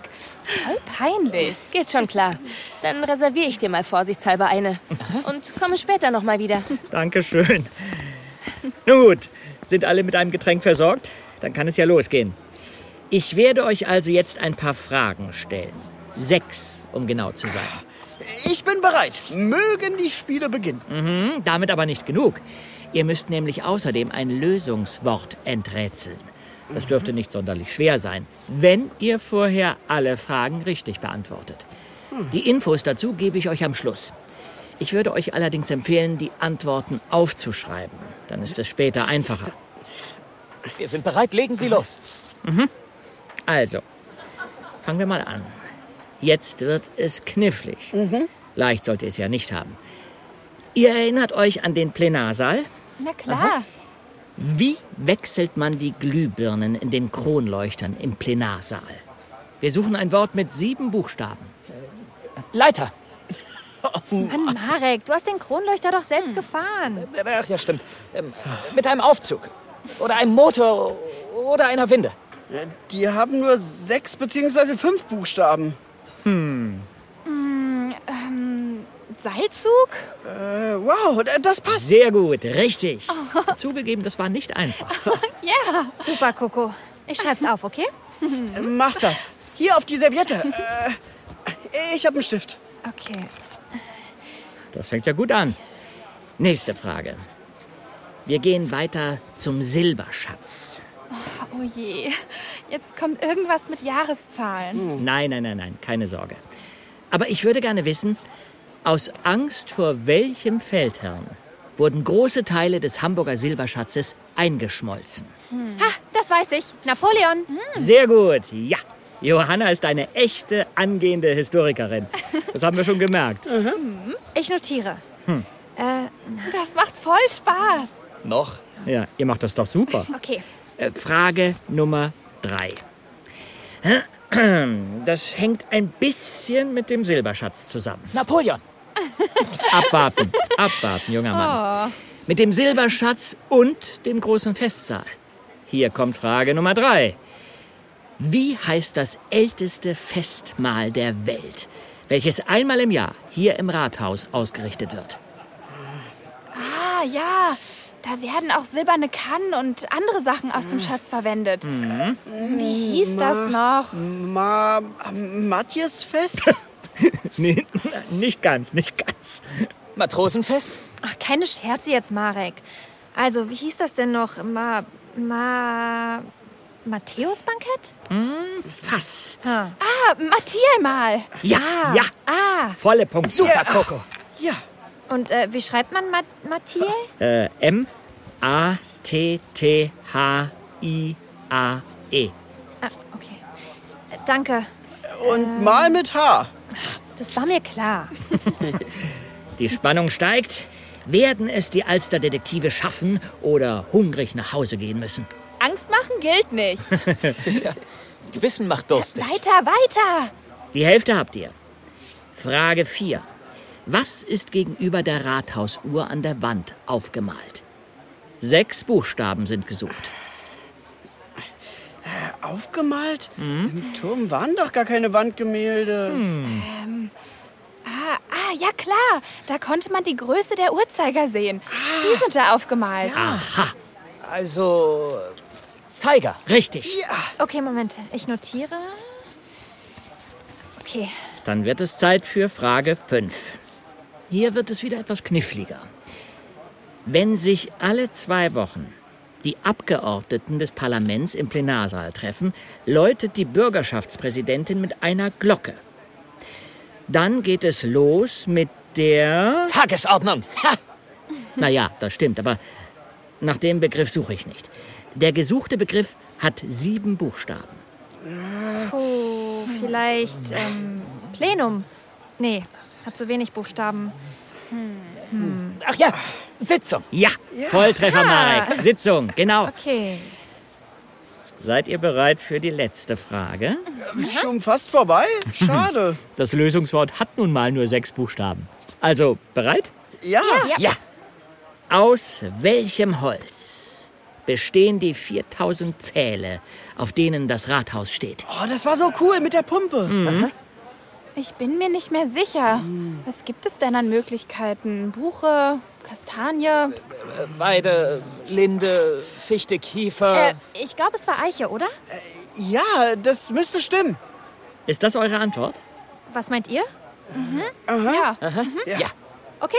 C: voll peinlich.
H: Geht schon klar. Dann reserviere ich dir mal vorsichtshalber eine. Und komme später nochmal wieder.
G: Dankeschön. Nun gut, sind alle mit einem Getränk versorgt? Dann kann es ja losgehen. Ich werde euch also jetzt ein paar Fragen stellen. Sechs, um genau zu sein.
D: Ich bin bereit. Mögen die Spiele beginnen.
G: Mhm, damit aber nicht genug. Ihr müsst nämlich außerdem ein Lösungswort enträtseln.
D: Mhm.
G: Das dürfte nicht sonderlich schwer sein, wenn ihr vorher alle Fragen richtig beantwortet.
D: Hm.
G: Die Infos dazu gebe ich euch am Schluss. Ich würde euch allerdings empfehlen, die Antworten aufzuschreiben. Dann ist es später einfacher.
B: Wir sind bereit, legen Sie los.
G: Mhm. Also, fangen wir mal an. Jetzt wird es knifflig.
D: Mhm.
G: Leicht sollte es ja nicht haben. Ihr erinnert euch an den Plenarsaal?
C: Na klar.
G: Wie wechselt man die Glühbirnen in den Kronleuchtern im Plenarsaal? Wir suchen ein Wort mit sieben Buchstaben.
B: Leiter.
E: Mann, Marek, du hast den Kronleuchter doch selbst gefahren.
B: Ach ja, stimmt. Ähm, mit einem Aufzug. Oder einem Motor. Oder einer Winde.
D: Die haben nur sechs beziehungsweise fünf Buchstaben.
G: Hm.
C: Hm, ähm, Seilzug?
D: Äh, wow, das passt.
G: Sehr gut, richtig. Zugegeben, das war nicht einfach.
E: Ja. Super, Coco. Ich schreib's auf, okay?
D: Äh, Mach das. Hier auf die Serviette. Äh, ich habe einen Stift.
E: Okay.
G: Das fängt ja gut an. Nächste Frage. Wir gehen weiter zum Silberschatz.
C: Oh je, jetzt kommt irgendwas mit Jahreszahlen.
G: Nein, nein, nein, nein, keine Sorge. Aber ich würde gerne wissen, aus Angst vor welchem Feldherrn wurden große Teile des Hamburger Silberschatzes eingeschmolzen?
E: Ha, das weiß ich. Napoleon.
G: Hm. Sehr gut, ja. Johanna ist eine echte angehende Historikerin. Das haben wir schon gemerkt.
E: Ich notiere.
G: Hm.
E: Äh,
C: das macht voll Spaß.
B: Noch?
G: Ja, ihr macht das doch super.
E: Okay.
G: Äh, Frage Nummer drei. Das hängt ein bisschen mit dem Silberschatz zusammen.
B: Napoleon.
G: Abwarten, abwarten, junger Mann. Mit dem Silberschatz und dem großen Festsaal. Hier kommt Frage Nummer drei. Wie heißt das älteste Festmahl der Welt, welches einmal im Jahr hier im Rathaus ausgerichtet wird?
C: Ah, ja. Da werden auch silberne Kannen und andere Sachen aus dem Schatz verwendet.
D: Hm.
C: Wie hieß das noch?
D: Ma Matthiasfest?
G: nee, nicht ganz, nicht ganz.
B: Matrosenfest?
E: Ach, keine Scherze jetzt, Marek. Also, wie hieß das denn noch? Ma. Ma. Matthäusbankett?
D: Hm,
G: Fast.
C: Ah, Mathiel mal.
G: Ja, ja.
E: Ah.
G: Volle Punkte.
E: Super,
G: Coco.
D: Ja.
E: Und äh, wie schreibt man Mat Mathiel?
G: Äh, M-A-T-T-H-I-A-E.
E: Ah, okay. Äh, Danke. Ähm,
D: Und mal mit H.
E: Das war mir klar.
G: Die Spannung steigt. Werden es die Alsterdetektive schaffen oder hungrig nach Hause gehen müssen?
C: Angst machen gilt nicht.
B: Gewissen macht durstig.
C: Weiter, weiter.
G: Die Hälfte habt ihr. Frage 4. Was ist gegenüber der Rathausuhr an der Wand aufgemalt? Sechs Buchstaben sind gesucht.
D: Aufgemalt?
G: Mhm.
D: Im Turm waren doch gar keine Wandgemälde.
G: Hm.
C: Ähm, Ah, ah, ja klar. Da konnte man die Größe der Uhrzeiger sehen. Die sind da aufgemalt.
G: Aha,
B: Also. Zeiger.
G: Richtig.
E: Okay, Moment. Ich notiere. Okay.
G: Dann wird es Zeit für Frage 5. Hier wird es wieder etwas kniffliger. Wenn sich alle zwei Wochen die Abgeordneten des Parlaments im Plenarsaal treffen, läutet die Bürgerschaftspräsidentin mit einer Glocke. Dann geht es los mit der...
B: Tagesordnung. Ha!
G: Naja, das stimmt, aber nach dem Begriff suche ich nicht. Der gesuchte Begriff hat sieben Buchstaben.
E: Puh, vielleicht ähm, Plenum. Nee, hat zu wenig Buchstaben. Hm,
B: Ach ja, Sitzung.
G: Ja, Volltreffer, Marek. Sitzung, genau.
E: Okay.
G: Seid ihr bereit für die letzte Frage?
D: Ist schon fast vorbei? Schade.
G: Das Lösungswort hat nun mal nur sechs Buchstaben. Also, bereit?
D: Ja.
G: Ja. Aus welchem Holz bestehen die 4000 Pfähle, auf denen das Rathaus steht?
D: Oh, das war so cool mit der Pumpe.
G: Mhm.
C: Ich bin mir nicht mehr sicher.
D: Mhm.
C: Was gibt es denn an Möglichkeiten? Buche, Kastanie?
B: Weide, Linde, Fichte,
C: Äh,
B: Kiefer.
E: ich glaube, es war Eiche, oder?
D: Ja, das müsste stimmen.
G: Ist das eure Antwort?
E: Was meint ihr? Mhm.
D: Ja.
G: Ja.
E: Okay,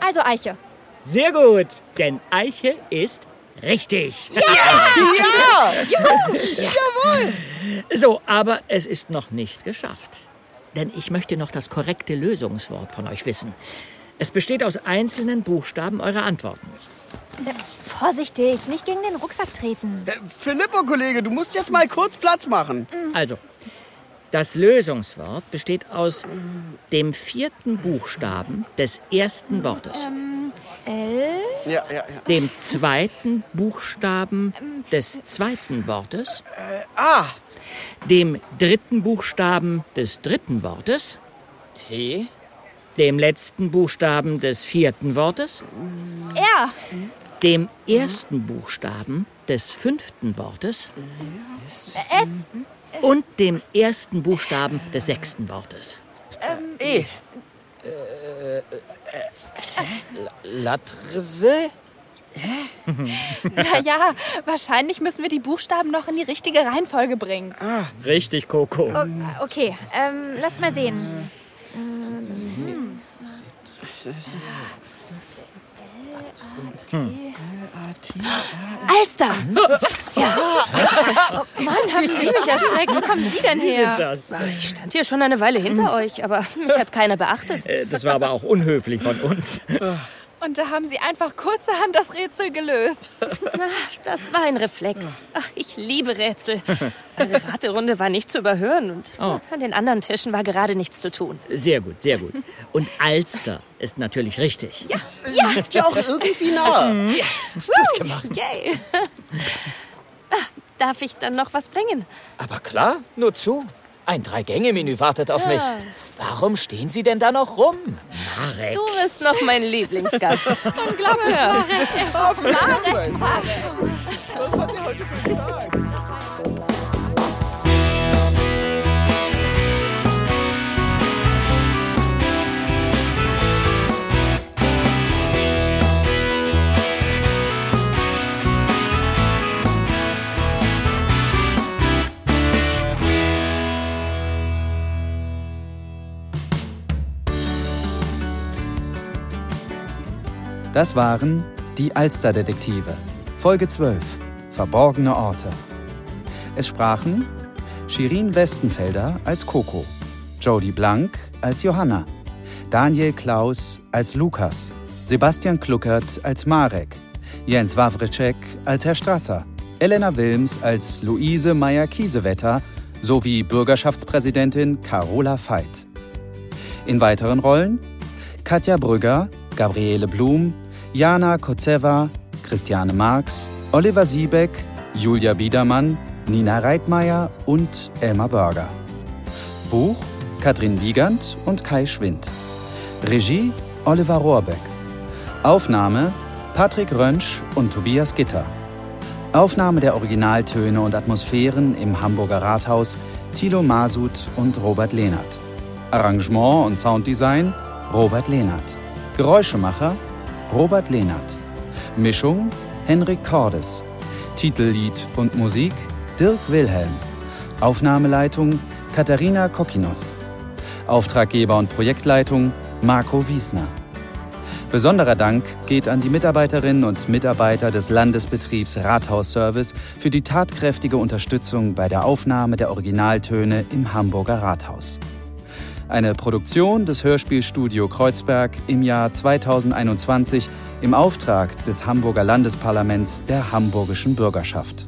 E: also Eiche.
G: Sehr gut, denn Eiche ist richtig.
E: Ja!
D: Juhu!
G: Jawohl! So, aber es ist noch nicht geschafft. Denn ich möchte noch das korrekte Lösungswort von euch wissen. Es besteht aus einzelnen Buchstaben eurer Antworten.
E: Äh, Vorsichtig, nicht gegen den Rucksack treten.
D: Äh, Filippo, Kollege, du musst jetzt mal kurz Platz machen.
G: Also, das Lösungswort besteht aus dem vierten Buchstaben des ersten Wortes,
E: Ähm,
H: Äh?
E: L?
D: Ja, ja, ja.
G: dem zweiten Buchstaben des zweiten Wortes,
D: Äh, A,
G: dem dritten Buchstaben des dritten Wortes, T, dem letzten Buchstaben des vierten Wortes,
C: Er.
G: dem ersten Buchstaben des fünften Wortes
C: S.
G: und dem ersten Buchstaben des sechsten Wortes.
C: Ähm,
D: E.
B: Eh. Äh, äh, Latrse?
C: Naja, wahrscheinlich müssen wir die Buchstaben noch in die richtige Reihenfolge bringen.
G: Richtig,
C: Oh,
G: Coco.
E: O okay, ähm, lasst mal sehen.
C: hm.
E: Ähm,
G: Hm.
E: Alster!
H: Ja.
E: Oh Mann, haben Sie mich erschreckt. Wo kommen Sie denn
H: Wie sind
E: her?
G: das?
H: Ich stand hier schon eine Weile hinter euch, aber mich hat keiner beachtet.
G: Äh, Das war aber auch unhöflich von uns.
D: Ah.
C: Und da haben sie einfach kurzerhand das Rätsel gelöst.
H: Ach, das war ein Reflex. Ach, ich liebe Rätsel. Eure Raterunde war nicht zu überhören und
G: Oh.
H: an den anderen Tischen war gerade nichts zu tun.
G: Sehr gut, sehr gut. Und Alster ist natürlich richtig. Ja.
H: Ja,
G: Liegt ja auch irgendwie nah.
H: Mhm.
G: Ja.
H: Gut
G: gemacht.
H: Yay. Ah, Darf ich dann noch was bringen?
B: Aber Ah, klar, nur zu. Ein Drei-Gänge-Menü wartet auf
H: Ja.
B: mich. Warum stehen Sie denn da noch rum?
G: Marek.
H: Du bist noch mein Lieblingsgast.
C: Unglaublich, Marek. Auf Marek.
D: Was habt ihr heute für einen Tag?
A: Das waren die Alsterdetektive. Folge 12. Verborgene Orte. Es sprachen Shirin Westenfelder als Coco, Jodie Blank als Johanna, Daniel Klaus als Lukas, Sebastian Kluckert als Marek, Jens Wawritschek als Herr Strasser, Elena Wilms als Luise Meyer-Kiesewetter sowie Bürgerschaftspräsidentin Carola Veit. In weiteren Rollen Katja Brügger, Gabriele Blum, Jana Kozewa, Christiane Marx, Oliver Siebeck, Julia Biedermann, Nina Reitmeier und Elmar Börger. Buch Katrin Wiegand und Kai Schwind. Regie Oliver Rohrbeck. Aufnahme Patrick Rönsch und Tobias Gitter. Aufnahme der Originaltöne und Atmosphären im Hamburger Rathaus Thilo Masud und Robert Lehnert. Arrangement und Sounddesign Robert Lehnert. Geräuschemacher Robert Lehnert. Mischung Henrik Cordes. Titellied und Musik Dirk Wilhelm. Aufnahmeleitung Katharina Kokinos. Auftraggeber und Projektleitung Marco Wiesner. Besonderer Dank geht an die Mitarbeiterinnen und Mitarbeiter des Landesbetriebs Rathausservice für die tatkräftige Unterstützung bei der Aufnahme der Originaltöne im Hamburger Rathaus. Eine Produktion des Hörspielstudio Kreuzberg im Jahr 2021 im Auftrag des Hamburger Landesparlaments der hamburgischen Bürgerschaft.